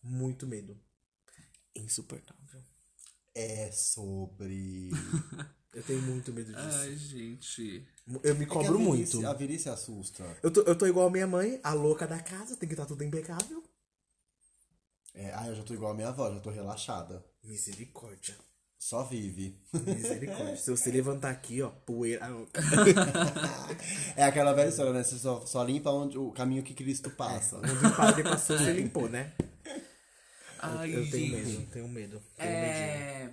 Speaker 3: Muito medo. Insuportável.
Speaker 1: É sobre.
Speaker 3: Eu tenho muito medo disso.
Speaker 2: Ai, gente.
Speaker 3: Eu me
Speaker 1: É que
Speaker 3: cobro
Speaker 1: a velhice-
Speaker 3: muito.
Speaker 1: A velhice assusta.
Speaker 3: Eu tô, eu tô igual a minha mãe, a louca da casa, tem que estar tudo impecável.
Speaker 1: É, ah, eu já tô igual a minha avó, já tô relaxada.
Speaker 3: Misericórdia.
Speaker 1: Só vive.
Speaker 3: Misericórdia. Se você levantar aqui, ó, poeira.
Speaker 1: É aquela velha história, né? Você só, só limpa onde, o caminho que Cristo passa.
Speaker 3: Onde o padre passou, você limpou, né?
Speaker 2: Ai,
Speaker 3: Eu tenho
Speaker 2: gente.
Speaker 3: medo, tenho medo. Tenho medinho.
Speaker 2: É...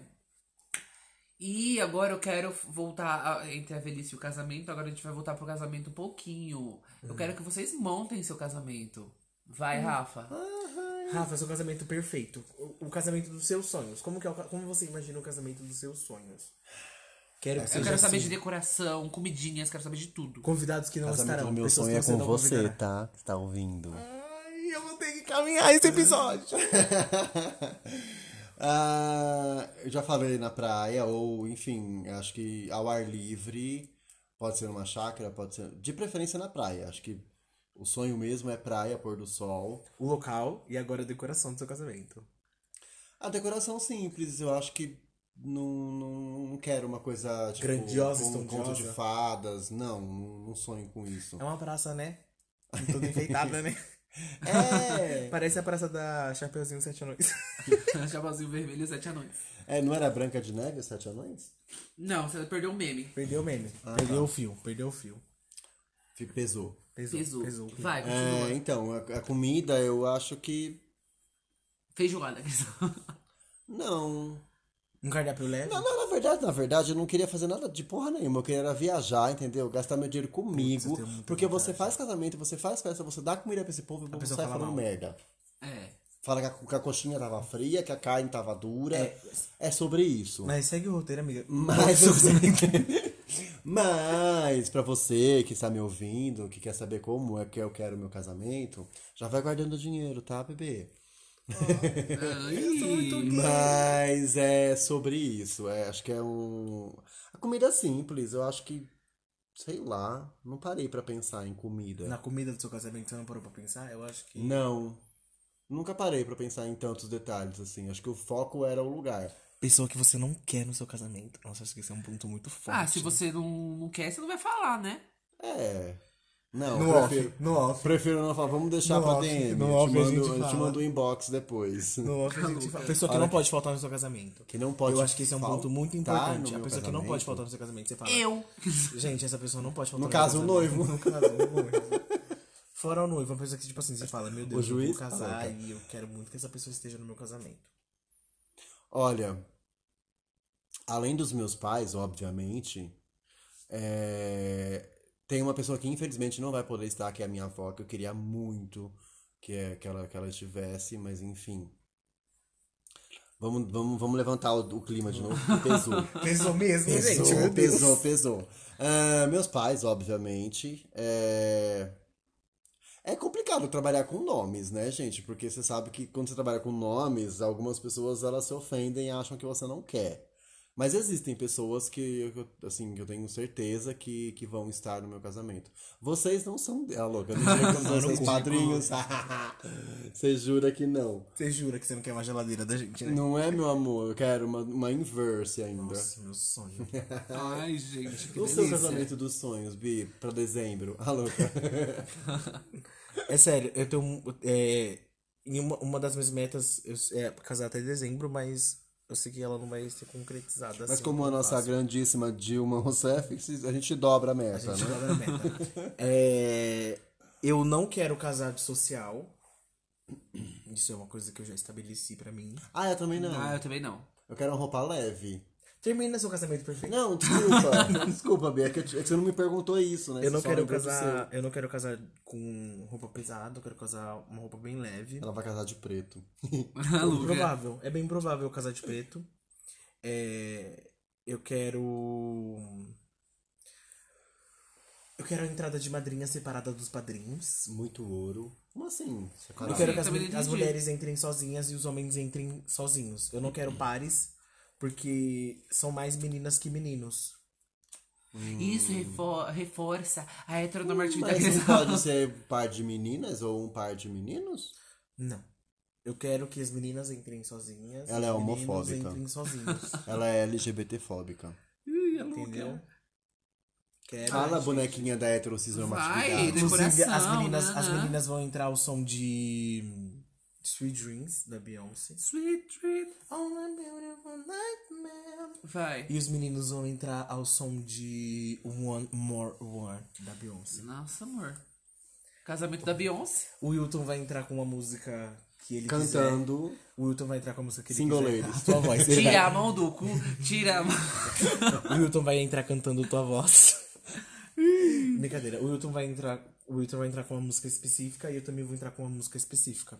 Speaker 2: E agora eu quero voltar a- entre a velhice e o casamento. Agora a gente vai voltar pro casamento um pouquinho. Eu
Speaker 3: Hum.
Speaker 2: quero que vocês montem seu casamento. Vai, Rafa.
Speaker 3: Ah, Rafa, seu casamento perfeito. O, o casamento dos seus sonhos. Como, que é o ca- como você imagina o casamento dos seus sonhos? Quero que
Speaker 2: Eu
Speaker 3: seja
Speaker 2: quero saber
Speaker 3: assim.
Speaker 2: de decoração, comidinhas, quero saber de tudo.
Speaker 3: Convidados que não
Speaker 1: Casamento
Speaker 3: estarão.
Speaker 1: do meu
Speaker 3: pessoas
Speaker 1: sonho
Speaker 3: que
Speaker 1: é
Speaker 3: você
Speaker 1: com
Speaker 3: não
Speaker 1: você,
Speaker 3: convidará.
Speaker 1: tá? Que tá ouvindo.
Speaker 3: Ai, eu vou ter que caminhar esse episódio.
Speaker 1: Ah, eu já falei na praia, ou enfim, acho que ao ar livre, pode ser numa chácara, pode ser. De preferência na praia. Acho que o sonho mesmo é praia, pôr do sol.
Speaker 3: o local e agora a decoração do seu casamento.
Speaker 1: A decoração simples, eu acho que não, não, não quero uma coisa tipo,
Speaker 3: Grandiosa,
Speaker 1: com um conto de
Speaker 3: estondiosa.
Speaker 1: fadas. Não, não não sonho com isso.
Speaker 3: É uma praça, né? Toda enfeitada, né?
Speaker 1: É!
Speaker 3: Parece a praça da Chapeuzinho Sete Anões.
Speaker 2: Jabazinho vermelho e sete anões.
Speaker 1: É, não era Branca de Neve, os Sete Anões?
Speaker 2: Não, você perdeu o meme.
Speaker 3: Perdeu o meme. perdeu o fio, perdeu o fio.
Speaker 1: Fi- Pesou.
Speaker 3: tá. Pesou,
Speaker 2: Pesou.
Speaker 3: pesou.
Speaker 2: Vai, continua.
Speaker 1: É, então, a, a comida eu acho que.
Speaker 2: Feijoada.
Speaker 1: Não.
Speaker 3: Um cardápio leve?
Speaker 1: Não, não, na verdade, na verdade, eu não queria fazer nada de porra nenhuma. Eu queria era viajar, entendeu? Gastar meu dinheiro comigo.
Speaker 3: eu tenho muita
Speaker 1: porque você faz casamento, você faz festa, você dá comida pra esse povo e o povo
Speaker 3: pessoa
Speaker 1: sai
Speaker 3: fala
Speaker 1: falando
Speaker 3: mal.
Speaker 1: merda.
Speaker 2: É.
Speaker 1: Fala que a, que a coxinha tava fria, que a carne tava dura. É,
Speaker 3: É.
Speaker 1: sobre isso.
Speaker 3: Mas segue o roteiro, amiga.
Speaker 1: Mas, você- Mas pra você que está me ouvindo, que quer saber como é que eu quero meu casamento, já vai guardando dinheiro, tá, bebê?
Speaker 2: Ai,
Speaker 1: Mas é sobre isso. é, acho que é um. A comida é simples, eu acho que. Sei lá, não parei pra pensar em comida.
Speaker 3: Na comida do seu casamento, você não parou pra pensar? Eu acho que...
Speaker 1: Não. Nunca parei pra pensar em tantos detalhes assim. Acho que o foco era o lugar.
Speaker 3: Pessoa que você não quer no seu casamento. Nossa, acho que esse é um ponto muito forte.
Speaker 2: ah, se você não, não quer, você não vai falar, né?
Speaker 1: É. Não,
Speaker 3: No
Speaker 1: prefiro.
Speaker 3: off, no off.
Speaker 1: Prefiro não falar, vamos deixar
Speaker 3: No
Speaker 1: pra
Speaker 3: off,
Speaker 1: DM. eu
Speaker 3: no
Speaker 1: te
Speaker 3: off a
Speaker 1: mando,
Speaker 3: gente
Speaker 1: eu te
Speaker 3: fala.
Speaker 1: mando um inbox depois.
Speaker 3: No off, a gente fala. Pessoa que não pode faltar no seu casamento.
Speaker 1: Que não pode
Speaker 3: Eu acho que esse é um
Speaker 1: faltar
Speaker 3: ponto muito
Speaker 1: no
Speaker 3: importante. A
Speaker 1: meu
Speaker 3: pessoa que não
Speaker 1: casamento.
Speaker 3: pode faltar no seu casamento. Você fala,
Speaker 2: Eu.
Speaker 3: gente, essa pessoa não pode faltar
Speaker 1: No
Speaker 3: meu
Speaker 1: caso, o
Speaker 3: casamento."
Speaker 1: noivo.
Speaker 3: No caso, o noivo. Fora o noivo, uma pessoa que, tipo assim, você fala, meu Deus,
Speaker 1: O juiz
Speaker 3: eu vou
Speaker 1: tá
Speaker 3: casar
Speaker 1: louca.
Speaker 3: e eu quero muito que essa pessoa esteja no meu casamento.
Speaker 1: Olha, além dos meus pais, obviamente, é, tem uma pessoa que infelizmente não vai poder estar, que é a minha avó, que eu queria muito que, é- que, ela, que ela estivesse, mas enfim. Vamos, vamos, vamos levantar o, o clima de novo, que pesou.
Speaker 3: Pesou mesmo,
Speaker 1: Pesou,
Speaker 3: gente. Meu Deus.
Speaker 1: pesou, pesou. Ah, meus pais, obviamente. É... É complicado trabalhar com nomes, né, gente? Porque você sabe que quando você trabalha com nomes, algumas pessoas elas se ofendem e acham que você não quer. Mas existem pessoas que eu- assim, que eu tenho certeza que, que vão estar no meu casamento. Vocês não são dela, louca. No dia que eu sou
Speaker 3: Mano,
Speaker 1: seus
Speaker 3: cu.
Speaker 1: padrinhos. Você jura que não.
Speaker 3: Você jura que você não quer uma geladeira da gente, né?
Speaker 1: Não é, meu amor? Eu quero uma, uma inverse ainda.
Speaker 3: Nossa, meu sonho.
Speaker 2: Ai, gente, que
Speaker 1: o seu
Speaker 2: delícia.
Speaker 1: casamento dos sonhos, Bi, pra dezembro. Ah, louca.
Speaker 3: É sério, eu tenho. um- É, em uma, uma das minhas metas eu- é casar até dezembro, mas eu sei que ela não vai ser concretizada assim,
Speaker 1: Mas como a nossa grandíssima Dilma Rousseff, a gente dobra a
Speaker 3: A
Speaker 1: meta,
Speaker 3: gente
Speaker 1: né?
Speaker 3: não dá meta. É, eu não quero casar de social. Isso é uma coisa que eu já estabeleci pra mim.
Speaker 1: Ah, eu também não.
Speaker 2: Ah, eu também não.
Speaker 1: Eu quero uma roupa leve.
Speaker 3: Termina seu casamento perfeito.
Speaker 1: Não, desculpa. desculpa, Bia, é que, eu te- é que você não me perguntou isso, né?
Speaker 3: eu não
Speaker 1: Você só
Speaker 3: quero
Speaker 1: lembrou do
Speaker 3: casar.
Speaker 1: seu.
Speaker 3: Eu não quero casar com roupa pesada, eu quero casar uma roupa bem leve.
Speaker 1: Ela vai casar de preto.
Speaker 2: Luca.
Speaker 3: Provável, é bem provável eu casar de preto. É, eu quero. Eu quero a entrada de madrinha separada dos padrinhos.
Speaker 1: Muito ouro. Como assim?
Speaker 3: Eu
Speaker 2: Sim,
Speaker 3: quero que as,
Speaker 2: também
Speaker 3: mu-
Speaker 2: não
Speaker 3: as
Speaker 2: entendi.
Speaker 3: mulheres entrem sozinhas e os homens entrem sozinhos. Eu não quero pares, porque são mais meninas que meninos.
Speaker 2: Isso refor- reforça a heteronormatividade.
Speaker 1: Mas não pode ser um par de meninas ou um par de meninos?
Speaker 3: Não. Eu quero que as meninas entrem sozinhas.
Speaker 1: Ela é
Speaker 3: os meninos
Speaker 1: homofóbica.
Speaker 3: entrem sozinhos.
Speaker 1: Ela é LGBTfóbica.
Speaker 2: Ih, é louca.
Speaker 3: entendeu? Quero.
Speaker 1: Fala, bonequinha da heterocisnormatividade.
Speaker 2: Vai, deixa-
Speaker 3: Inclusive, as
Speaker 2: Decoração,
Speaker 3: meninas, as
Speaker 2: nanã.
Speaker 3: meninas vão entrar ao som de hum, Sweet Dreams, da Beyoncé.
Speaker 2: Sweet dream.
Speaker 3: On a beautiful nightmare.
Speaker 2: Vai.
Speaker 3: E os meninos vão entrar ao som de One More One, da Beyoncé.
Speaker 2: Nossa, amor. Casamento da Beyoncé.
Speaker 3: O Wilton vai entrar com uma música que ele quiser.
Speaker 1: Cantando.
Speaker 3: O Wilton vai entrar com a música que ele
Speaker 1: Single
Speaker 3: quiser.
Speaker 1: ladies.
Speaker 3: Tua voz. ele
Speaker 2: Tira a mão do cu, tira a mão.
Speaker 3: vai- O Wilton vai entrar cantando tua voz. Brincadeira. O Wilton vai entrar... O Wilton vai entrar com uma música específica e eu também vou entrar com uma música especifica.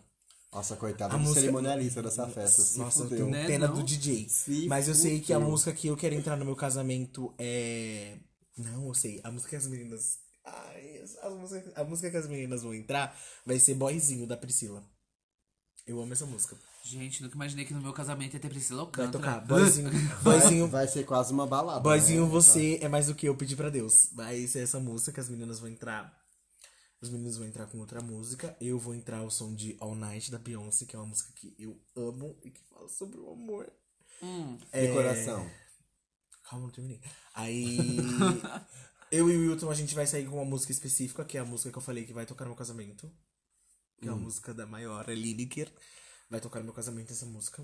Speaker 1: Nossa, coitada
Speaker 3: A
Speaker 1: do
Speaker 3: música-
Speaker 1: cerimonialista dessa festa. Se
Speaker 3: Nossa, eu
Speaker 1: fudeu.
Speaker 3: tenho
Speaker 2: Né,
Speaker 3: pena
Speaker 2: não?
Speaker 3: do DJ.
Speaker 1: Se
Speaker 3: mas eu sei que a
Speaker 1: fudeu.
Speaker 3: música que eu quero entrar no meu casamento é. Não, eu sei. A música que as meninas. Ai, as- as músicas- a música que as meninas vão entrar vai ser Boyzinho da Priscila. Eu amo essa música.
Speaker 2: Gente, nunca imaginei que no meu casamento ia ter Priscila
Speaker 3: Vai
Speaker 2: Alcântara.
Speaker 3: tocar Boyzinho. Boyzinho,
Speaker 1: Vai ser quase uma balada.
Speaker 3: Boyzinho,
Speaker 1: né?
Speaker 3: você é mais do que eu pedi pra Deus. Vai ser essa música que as meninas vão entrar. Os meninos vão entrar com outra música. Eu vou entrar o som de All Night da Beyoncé, que é uma música que eu amo e que fala sobre o amor.
Speaker 2: Hum.
Speaker 1: é, Decoração.
Speaker 3: Calma, não terminei. Aí. eu e o Wilton, a gente vai sair com uma música específica, que é a música que eu falei que vai tocar no meu casamento. Que é a música da maior, é Lineker. Vai tocar no meu casamento essa música.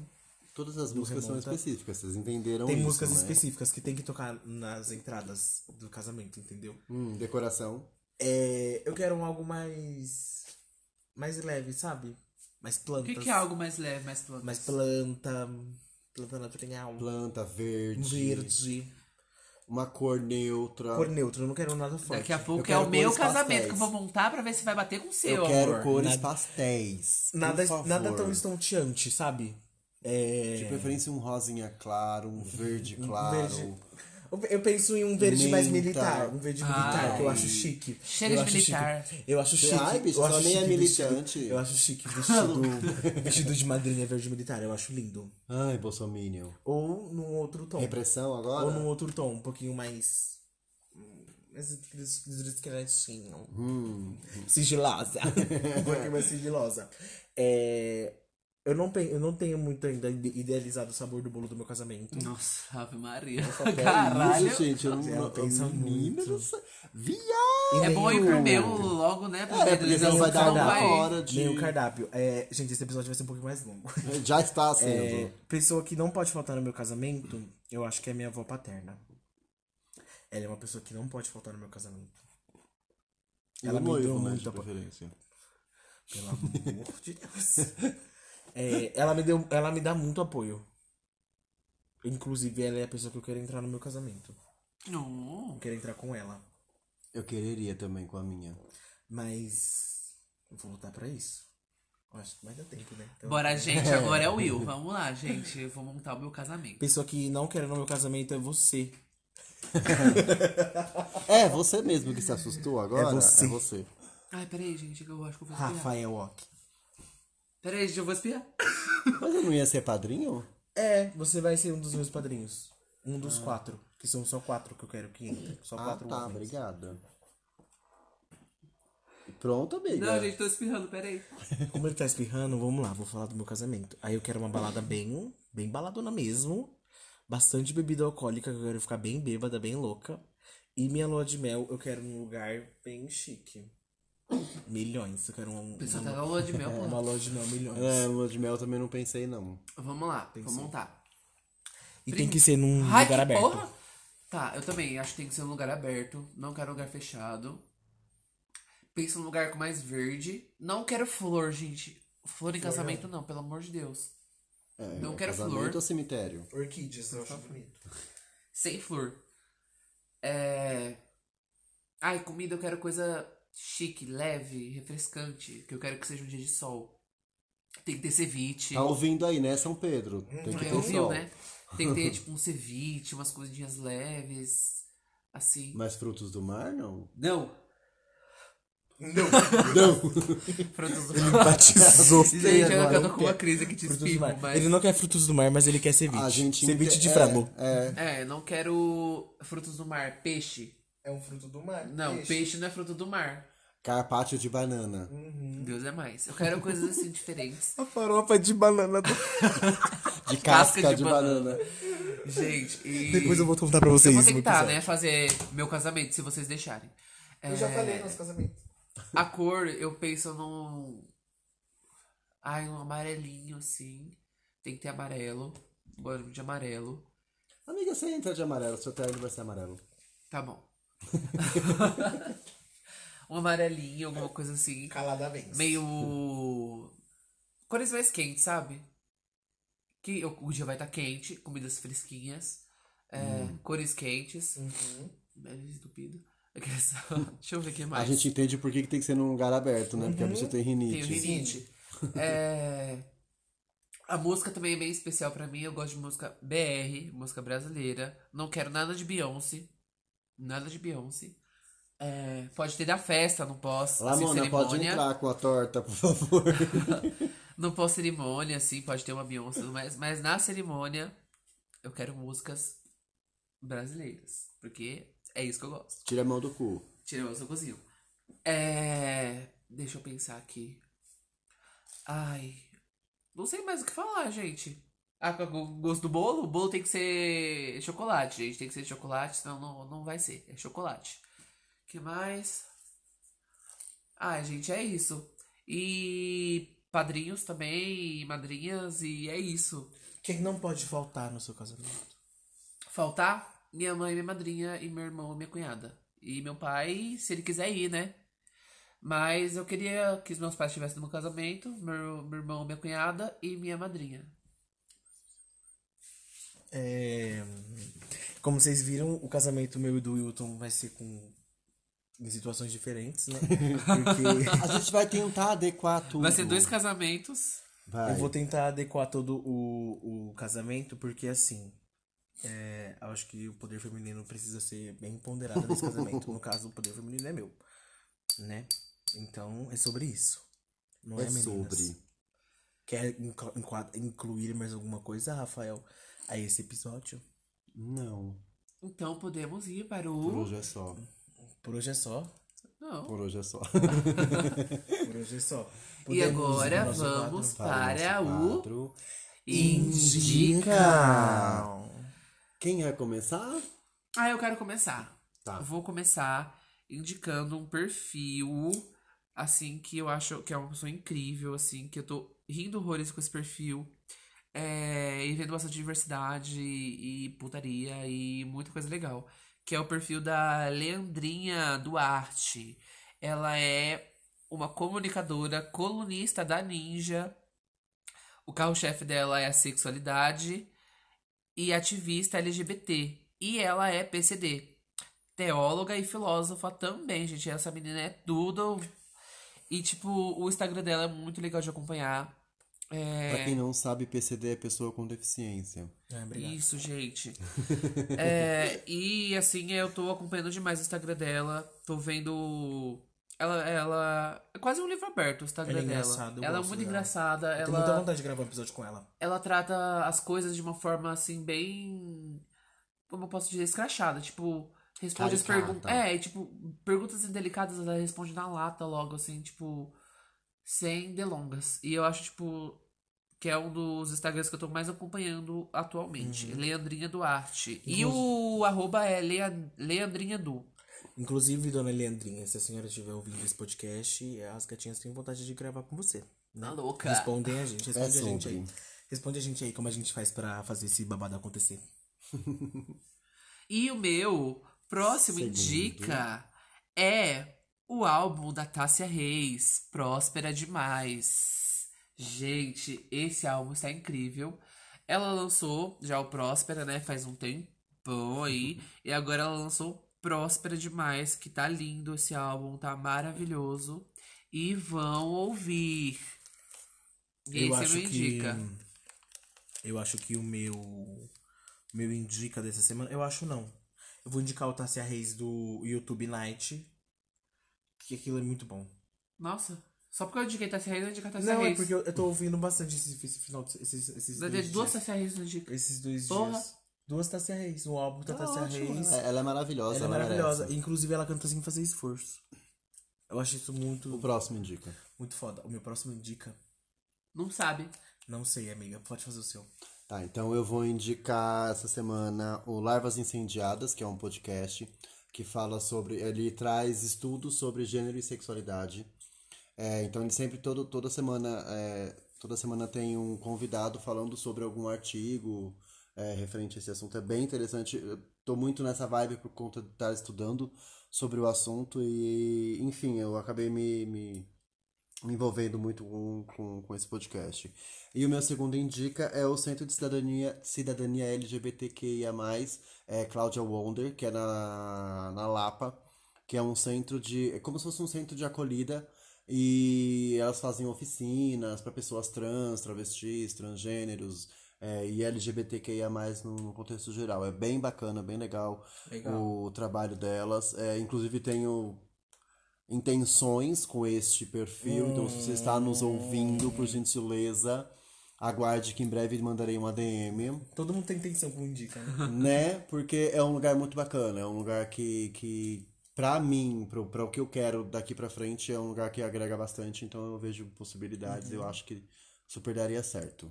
Speaker 1: Todas as músicas são
Speaker 3: Remonta.
Speaker 1: específicas, vocês entenderam
Speaker 3: Tem
Speaker 1: isso,
Speaker 3: músicas
Speaker 1: né?
Speaker 3: específicas que tem que tocar nas entradas do casamento, entendeu?
Speaker 1: Hum, decoração.
Speaker 3: É, eu quero um algo mais. mais leve, sabe? Mais
Speaker 2: O
Speaker 3: plantas.
Speaker 2: que, que é algo mais leve, mais plano?
Speaker 3: Mais planta. Planta natural.
Speaker 1: Planta verde.
Speaker 3: Um verde.
Speaker 1: Uma cor neutra.
Speaker 3: Cor neutra, eu não quero nada forte.
Speaker 2: Daqui a pouco é
Speaker 1: quero
Speaker 2: o meu
Speaker 1: cores
Speaker 2: casamento
Speaker 1: pastéis.
Speaker 2: que eu vou montar pra ver se vai bater com o seu,
Speaker 1: Eu quero
Speaker 2: amor.
Speaker 1: cores
Speaker 3: Nada-
Speaker 1: pastéis. por
Speaker 3: Nada,
Speaker 1: favor.
Speaker 3: nada tão estonteante, sabe? É.
Speaker 1: De preferência um rosinha claro, um verde claro.
Speaker 3: verde. Eu penso em um verde mais
Speaker 1: Menta.
Speaker 3: militar. Um verde militar, que eu
Speaker 1: Ai.
Speaker 3: acho chique.
Speaker 2: Chega
Speaker 3: eu
Speaker 2: de
Speaker 3: acho
Speaker 2: militar.
Speaker 3: Chique. Eu acho chique.
Speaker 1: Ai, bicho,
Speaker 3: eu
Speaker 1: só
Speaker 3: acho
Speaker 1: nem é
Speaker 3: chique vestido-
Speaker 1: militante.
Speaker 3: eu acho chique vestido, vestido de madrinha verde militar. Eu acho lindo.
Speaker 1: Ai, Bolsominion.
Speaker 3: Ou num outro tom.
Speaker 1: Repressão agora?
Speaker 3: Ou num outro tom, um pouquinho mais. hum, Mais des- desesqueletinho.
Speaker 1: Hum.
Speaker 3: Sigilosa. um pouquinho mais sigilosa. É, Eu não, pe- eu não tenho muito ainda ide- idealizado o sabor do bolo do meu casamento.
Speaker 2: Nossa, Ave Maria.
Speaker 1: Que é
Speaker 2: Caralho.
Speaker 1: Isso, gente, eu não,
Speaker 3: Ela
Speaker 1: não
Speaker 3: pensa
Speaker 1: menina,
Speaker 3: muito.
Speaker 1: não sei. Viado!
Speaker 3: E
Speaker 2: É
Speaker 3: nem
Speaker 2: bom ir pro meu logo, né?
Speaker 1: É, porque senão vai dar
Speaker 2: não
Speaker 1: uma
Speaker 2: vai-
Speaker 1: hora de.
Speaker 3: Nem o cardápio. É, gente, esse episódio vai ser um pouquinho mais longo.
Speaker 1: Já está
Speaker 3: É,
Speaker 1: sendo.
Speaker 3: pessoa que não pode faltar no meu casamento, eu acho que é minha avó paterna. Ela é uma pessoa que não pode faltar no meu casamento. ela
Speaker 1: o
Speaker 3: me deu
Speaker 1: noivo, né?
Speaker 3: muita
Speaker 1: De preferência.
Speaker 3: Pelo amor de Deus. É, ela, me deu, ela me dá muito apoio. Inclusive, ela é a pessoa que eu quero entrar no meu casamento.
Speaker 2: Não.
Speaker 3: Eu quero entrar com ela.
Speaker 1: Eu quereria também com a minha.
Speaker 3: Mas eu vou lutar pra isso. Eu acho que vai dar tempo, né? Então-
Speaker 2: Bora, gente, agora é o Will. Vamos lá, gente. Eu vou montar o meu casamento.
Speaker 3: Pessoa que não quero no meu casamento é você.
Speaker 1: É, você mesmo que se assustou agora?
Speaker 3: É você.
Speaker 1: É você.
Speaker 2: Ai, peraí, gente, que eu acho que eu vou espiar.
Speaker 1: Rafael Ock.
Speaker 2: Peraí, gente, eu vou espiar.
Speaker 1: Mas eu não ia ser padrinho?
Speaker 3: É, você vai ser um dos meus padrinhos. Um dos quatro. Que são só quatro que eu quero que entre. Só
Speaker 1: Ah,
Speaker 3: quatro
Speaker 1: tá,
Speaker 3: homens.
Speaker 1: obrigada. Pronto, amiga.
Speaker 2: Não, gente, tô espirrando, peraí.
Speaker 3: Como ele tá espirrando, vamos lá, vou falar do meu casamento. Aí eu quero uma balada bem, bem baladona mesmo. Bastante bebida alcoólica, que eu quero ficar bem bêbada, bem louca. E minha lua de mel, eu quero num lugar bem chique. Milhões, eu quero um,
Speaker 2: Pensou até
Speaker 3: uma,
Speaker 2: na tá lua de mel,
Speaker 3: uma
Speaker 2: pô.
Speaker 3: lua de mel, milhões.
Speaker 1: É, lua de mel também não pensei, não.
Speaker 2: Vamos lá, vamos
Speaker 3: sim.
Speaker 2: montar.
Speaker 3: E tem que ser num
Speaker 2: Ai,
Speaker 3: lugar
Speaker 2: que
Speaker 3: aberto.
Speaker 2: porra! Tá, eu também acho que tem que ser um lugar aberto. Não quero um lugar fechado. Pensa num lugar com mais verde. Não quero flor, gente. Flor em casamento, não, pelo amor de Deus.
Speaker 1: É,
Speaker 2: Não quero
Speaker 1: casamento
Speaker 2: flor.
Speaker 1: ou cemitério?
Speaker 3: Orquídeas, eu acho bonito.
Speaker 2: Sem flor. É. Ai, comida eu quero coisa chique, leve, refrescante. Que eu quero que seja um dia de sol. Tem que ter ceviche.
Speaker 1: Tá ouvindo aí, né, São Pedro? Tem que
Speaker 2: Quem
Speaker 1: ter
Speaker 2: Hum, ouviu,
Speaker 1: sol.
Speaker 2: né? Tem que ter tipo um ceviche, umas coisinhas leves. Assim.
Speaker 1: Mas frutos do mar, não?
Speaker 2: Não!
Speaker 1: Não!
Speaker 2: Frutos do
Speaker 3: Batizou.
Speaker 2: Gente, eu,
Speaker 3: Agora
Speaker 2: eu tô com
Speaker 3: quer.
Speaker 2: uma crise aqui de
Speaker 3: Frutos do
Speaker 2: espirro,
Speaker 3: mar.
Speaker 2: mas.
Speaker 3: Ele não quer frutos do mar, mas ele quer ceviche.
Speaker 1: A gente...
Speaker 3: ceviche
Speaker 1: inte-
Speaker 3: de
Speaker 1: é,
Speaker 3: frango.
Speaker 1: É,
Speaker 2: É, eu não quero frutos do mar, peixe.
Speaker 3: É um fruto do mar.
Speaker 2: Não, peixe, não é fruto do mar.
Speaker 1: carpaccio de banana.
Speaker 2: Deus é mais. Eu quero coisas assim diferentes.
Speaker 3: A farofa de banana. do-
Speaker 1: De casca,
Speaker 2: Casca
Speaker 1: de,
Speaker 2: de
Speaker 1: banana.
Speaker 2: Gente, e.
Speaker 3: Depois eu vou contar pra
Speaker 2: Eu
Speaker 3: vocês.
Speaker 2: vou
Speaker 3: no
Speaker 2: tentar,
Speaker 3: episódio.
Speaker 2: né, fazer meu casamento, se vocês deixarem.
Speaker 5: Eu já falei
Speaker 2: É.
Speaker 5: nosso casamento.
Speaker 2: A cor, eu penso num. Ai, um amarelinho assim. Tem que ter amarelo. Gosto de amarelo.
Speaker 1: Amiga, você entra de amarelo, seu terno vai ser amarelo.
Speaker 2: Tá bom. um amarelinho, alguma coisa assim.
Speaker 5: Calada vem.
Speaker 2: meio. cores mais quentes, sabe? Que o o dia vai estar quente, comidas fresquinhas, é,
Speaker 3: Hum.
Speaker 2: cores quentes. Uhum. Estupido. é Deixa eu ver o que mais.
Speaker 1: A gente entende por que, que tem que ser num lugar aberto, né? Porque a pessoa tem
Speaker 2: Uhum. Tem o
Speaker 1: rinite.
Speaker 2: rinite. É, A música também é bem especial pra mim. Eu gosto de música BR, música brasileira. Não quero nada de Beyoncé. Nada de Beyoncé. É, Pode ter da festa, não posso. assim,
Speaker 1: Lamona, pode
Speaker 2: cerimônia.
Speaker 1: entrar com a torta, por favor.
Speaker 2: No pós-cerimônia, assim, pode ter uma Beyoncé, e tudo mais, mas na cerimônia eu quero músicas brasileiras, porque é isso que eu gosto.
Speaker 1: Tira a mão do cu.
Speaker 2: Tirei o seu cozinho. É. Deixa eu pensar aqui. Ai. Não sei mais o que falar, gente. Ah, com o gosto do bolo? O bolo tem que ser chocolate, gente. Tem que ser chocolate, senão não, não vai ser. É chocolate. que mais? Ai, gente, é isso. E padrinhos também, e madrinhas, e é isso.
Speaker 3: Quem não pode faltar no seu casamento?
Speaker 2: Faltar minha mãe, minha madrinha e meu irmão, minha cunhada. E meu pai, se ele quiser ir, né? Mas eu queria que os meus pais estivessem no meu casamento, meu, meu irmão, minha cunhada e minha madrinha.
Speaker 3: É, Como vocês viram, o casamento meu e do Wilton vai ser com. em situações diferentes, né? Porque
Speaker 1: A gente vai tentar adequar tudo.
Speaker 2: Vai ser dois casamentos.
Speaker 1: Vai. É
Speaker 3: eu vou tentar adequar todo o, o casamento, porque assim. é, eu acho que o poder feminino precisa ser bem ponderado nesse casamento. No caso, o poder feminino é meu, né? Então é sobre isso. Não
Speaker 1: É
Speaker 3: é, meninas?
Speaker 1: sobre.
Speaker 3: Quer inclu- inqua- incluir mais alguma coisa, Rafael, a esse episódio?
Speaker 1: Não.
Speaker 2: Então podemos ir para
Speaker 1: Por
Speaker 2: o.
Speaker 1: hoje é só.
Speaker 3: Por hoje é só.
Speaker 2: Não.
Speaker 1: Por hoje é só.
Speaker 3: Por hoje é só.
Speaker 2: E
Speaker 3: Podemos ir pro
Speaker 2: agora
Speaker 3: nosso
Speaker 2: vamos
Speaker 3: quadro?
Speaker 2: para
Speaker 1: nosso
Speaker 2: o.
Speaker 1: quadro.
Speaker 2: Indica!
Speaker 1: Quem vai começar?
Speaker 2: Ah, eu quero começar.
Speaker 1: Tá.
Speaker 2: Vou começar indicando um perfil, assim, que eu acho que é uma pessoa incrível, assim, que eu tô rindo horrores com esse perfil. É, e vendo bastante diversidade e putaria e muita coisa legal. Que é o perfil da Leandrinha Duarte. Ela é uma comunicadora, colunista da Ninja. O carro-chefe dela é a sexualidade e ativista LGBT. E ela é PCD. Teóloga e filósofa também, gente. Essa menina é tudo. E, tipo, o Instagram dela é muito legal de acompanhar. É...
Speaker 1: Pra quem não sabe, PCD é pessoa com deficiência.
Speaker 3: Ah, obrigado.
Speaker 2: Isso, gente. É, e assim, eu tô acompanhando demais o Instagram dela. Tô vendo Ela, ela. É quase um livro aberto, o Instagram
Speaker 3: Ela é
Speaker 2: dela.
Speaker 3: engraçada, eu
Speaker 2: Ela é
Speaker 3: gosto
Speaker 2: muito
Speaker 3: dela.
Speaker 2: engraçada.
Speaker 3: Eu tenho muita
Speaker 2: Ela,
Speaker 3: vontade de gravar um episódio com ela.
Speaker 2: ela trata as coisas de uma forma assim, bem. Como eu posso dizer, escrachada. Tipo, responde as
Speaker 1: Caricata.
Speaker 2: perguntas. É, e, tipo, perguntas indelicadas ela responde na lata logo, assim, tipo. Sem delongas. E eu acho, tipo. Que é um dos Instagrams que eu tô mais acompanhando atualmente. Leandrinha Duarte. E o arroba é Lea- Leandrinha Du.
Speaker 3: Inclusive, dona Leandrinha, se a senhora estiver ouvindo esse podcast, as gatinhas têm vontade de gravar com você. Né?
Speaker 2: Tá louca. É
Speaker 3: Respondem a gente, responde a gente
Speaker 1: É sobre.
Speaker 3: aí. Responde a gente aí como a gente faz pra fazer esse babado acontecer.
Speaker 2: E o meu próximo
Speaker 1: Segundo.
Speaker 2: indica é o álbum da Tássia Reis, Próspera Demais. Gente, esse álbum está incrível. Ela lançou já o Próspera, né? Faz um tempão
Speaker 3: Uhum.
Speaker 2: aí. E agora ela lançou o Próspera Demais, que tá lindo esse álbum, tá maravilhoso. E vão ouvir. Esse
Speaker 3: eu
Speaker 2: é
Speaker 3: acho
Speaker 2: meu indica.
Speaker 3: que. Eu acho que o meu. Meu indica dessa semana. Eu acho não. Eu vou indicar o Tassia Reis do YouTube Night. Que aquilo é muito bom.
Speaker 2: Nossa, só porque eu indiquei Tássia Reis, eu indico a Tássia
Speaker 3: não, é
Speaker 2: Reis.
Speaker 3: porque eu, eu tô ouvindo bastante esse, esse final. de- Esses, esses
Speaker 2: Vai ter
Speaker 3: dois
Speaker 2: duas
Speaker 3: dias.
Speaker 2: Tássia Reis no indica.
Speaker 3: Esses dois
Speaker 2: Porra. né?
Speaker 3: dias. Duas Tassia Reis. Um álbum da
Speaker 1: Tá
Speaker 3: Tassia
Speaker 1: ótimo,
Speaker 3: Reis.
Speaker 1: Ela é maravilhosa.
Speaker 3: Ela é maravilhosa.
Speaker 1: merece.
Speaker 3: Inclusive, ela canta sem fazer esforço. Eu acho isso
Speaker 1: O
Speaker 3: muito,
Speaker 1: próximo indica.
Speaker 3: muito foda. O meu próximo indica.
Speaker 2: Não sabe.
Speaker 3: Não sei, amiga. Pode fazer o seu.
Speaker 1: Tá, então eu vou indicar essa semana o Larvas Incendiadas, que é um podcast que fala sobre. Ele traz estudos sobre gênero e sexualidade. É, então ele sempre, todo, toda semana, é, toda semana tem um convidado falando sobre algum artigo é, referente a esse assunto. É bem interessante. Eu tô muito nessa vibe por conta de estar estudando sobre o assunto e, enfim, eu acabei me- me me envolvendo muito com, com, com esse podcast. E o meu segundo indica é o Centro de Cidadania, Cidadania LGBTQIA+, é, Cláudia Wonder, que é na, na Lapa, que é um centro de... é como se fosse um centro de acolhida, e elas fazem oficinas para pessoas trans, travestis, transgêneros, é, e LGBTQIA+, no, no contexto geral. É bem bacana, bem legal, o trabalho delas. É, inclusive tenho intenções com este perfil. Então, se você está nos ouvindo,
Speaker 2: Hum.
Speaker 1: por gentileza, aguarde que em breve mandarei uma DM,
Speaker 3: Todo mundo tem intenção com indica, né?
Speaker 1: né? Porque é um lugar muito bacana, é um lugar que, que para mim, pro- pra o que eu quero daqui pra frente, é um lugar que agrega bastante. Então, eu vejo possibilidades,
Speaker 2: Uhum.
Speaker 1: eu acho que super daria certo.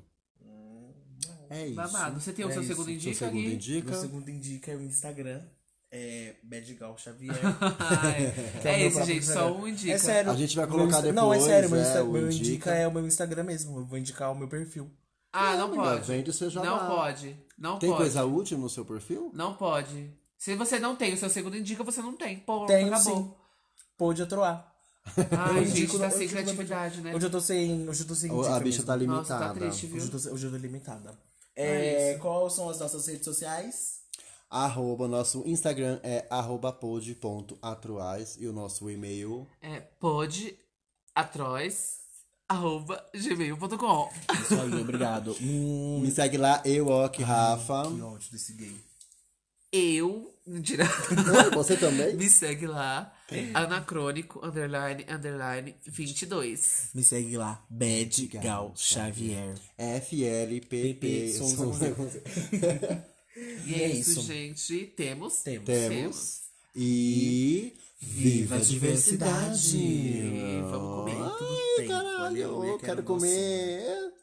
Speaker 1: É isso.
Speaker 2: Babado. Você tem o
Speaker 3: É
Speaker 2: seu
Speaker 3: isso,
Speaker 2: segundo
Speaker 1: Seu
Speaker 2: indica
Speaker 1: segundo
Speaker 2: aqui?
Speaker 1: indica.
Speaker 3: Meu segundo indica é o Instagram. É Badgal Xavier.
Speaker 2: Ai,
Speaker 3: Que o
Speaker 2: é
Speaker 3: meu
Speaker 2: isso,
Speaker 3: próprio
Speaker 2: gente.
Speaker 3: Instagram.
Speaker 2: Só um indica.
Speaker 3: É sério.
Speaker 1: A gente vai
Speaker 3: Meu
Speaker 1: colocar
Speaker 3: Insta- Não, é
Speaker 1: depois,
Speaker 3: sério. Meu,
Speaker 1: é,
Speaker 3: Insta-
Speaker 1: o
Speaker 3: meu indica.
Speaker 1: indica.
Speaker 3: é o meu Instagram mesmo. Eu vou indicar o meu perfil.
Speaker 2: Ah, não
Speaker 1: Amiga,
Speaker 2: pode.
Speaker 1: Vende seja
Speaker 2: Não
Speaker 1: lá.
Speaker 2: pode. Não
Speaker 1: Tem
Speaker 2: pode.
Speaker 1: coisa útil no seu perfil?
Speaker 2: Não pode. Se você não tem o seu segundo indica, você não tem. Pô,
Speaker 3: Tenho sim.
Speaker 2: acabou.
Speaker 3: Pode atroar.
Speaker 2: Ai,
Speaker 3: Eu
Speaker 2: gente,
Speaker 3: indico-
Speaker 2: tá
Speaker 3: eu
Speaker 2: sem
Speaker 3: indico meu
Speaker 2: criatividade, né?
Speaker 3: Hoje eu tô sem. Hoje eu tô sem
Speaker 1: a
Speaker 3: indica
Speaker 1: bicha
Speaker 3: mesmo.
Speaker 1: tá
Speaker 2: Nossa,
Speaker 1: limitada.
Speaker 2: tá triste, viu?
Speaker 3: Hoje eu tô, hoje eu tô limitada. É, quais são as nossas redes sociais?
Speaker 1: Arroba, nosso Instagram é arroba pod.atroais e o nosso e-mail.
Speaker 2: É, pode atroz arroba gmail.com.
Speaker 3: Isso aí, obrigado. hum,
Speaker 1: Me segue lá, eu, Ok, Rafa.
Speaker 3: que ódio desse gay.
Speaker 2: Eu. Mentira.
Speaker 1: Você também?
Speaker 2: Me segue lá. Anacrônico, underline, underline, 22.
Speaker 3: Me segue lá, Badgal Xavier.
Speaker 1: FLPP.
Speaker 3: Souza Gonzaga.
Speaker 2: E é, isso, gente. Temos.
Speaker 3: Temos.
Speaker 1: Temos. E. Viva a diversidade!
Speaker 2: E vamos comer.
Speaker 3: Tudo
Speaker 1: Ai,
Speaker 3: bem,
Speaker 1: caralho,
Speaker 3: olha,
Speaker 1: eu quero comer.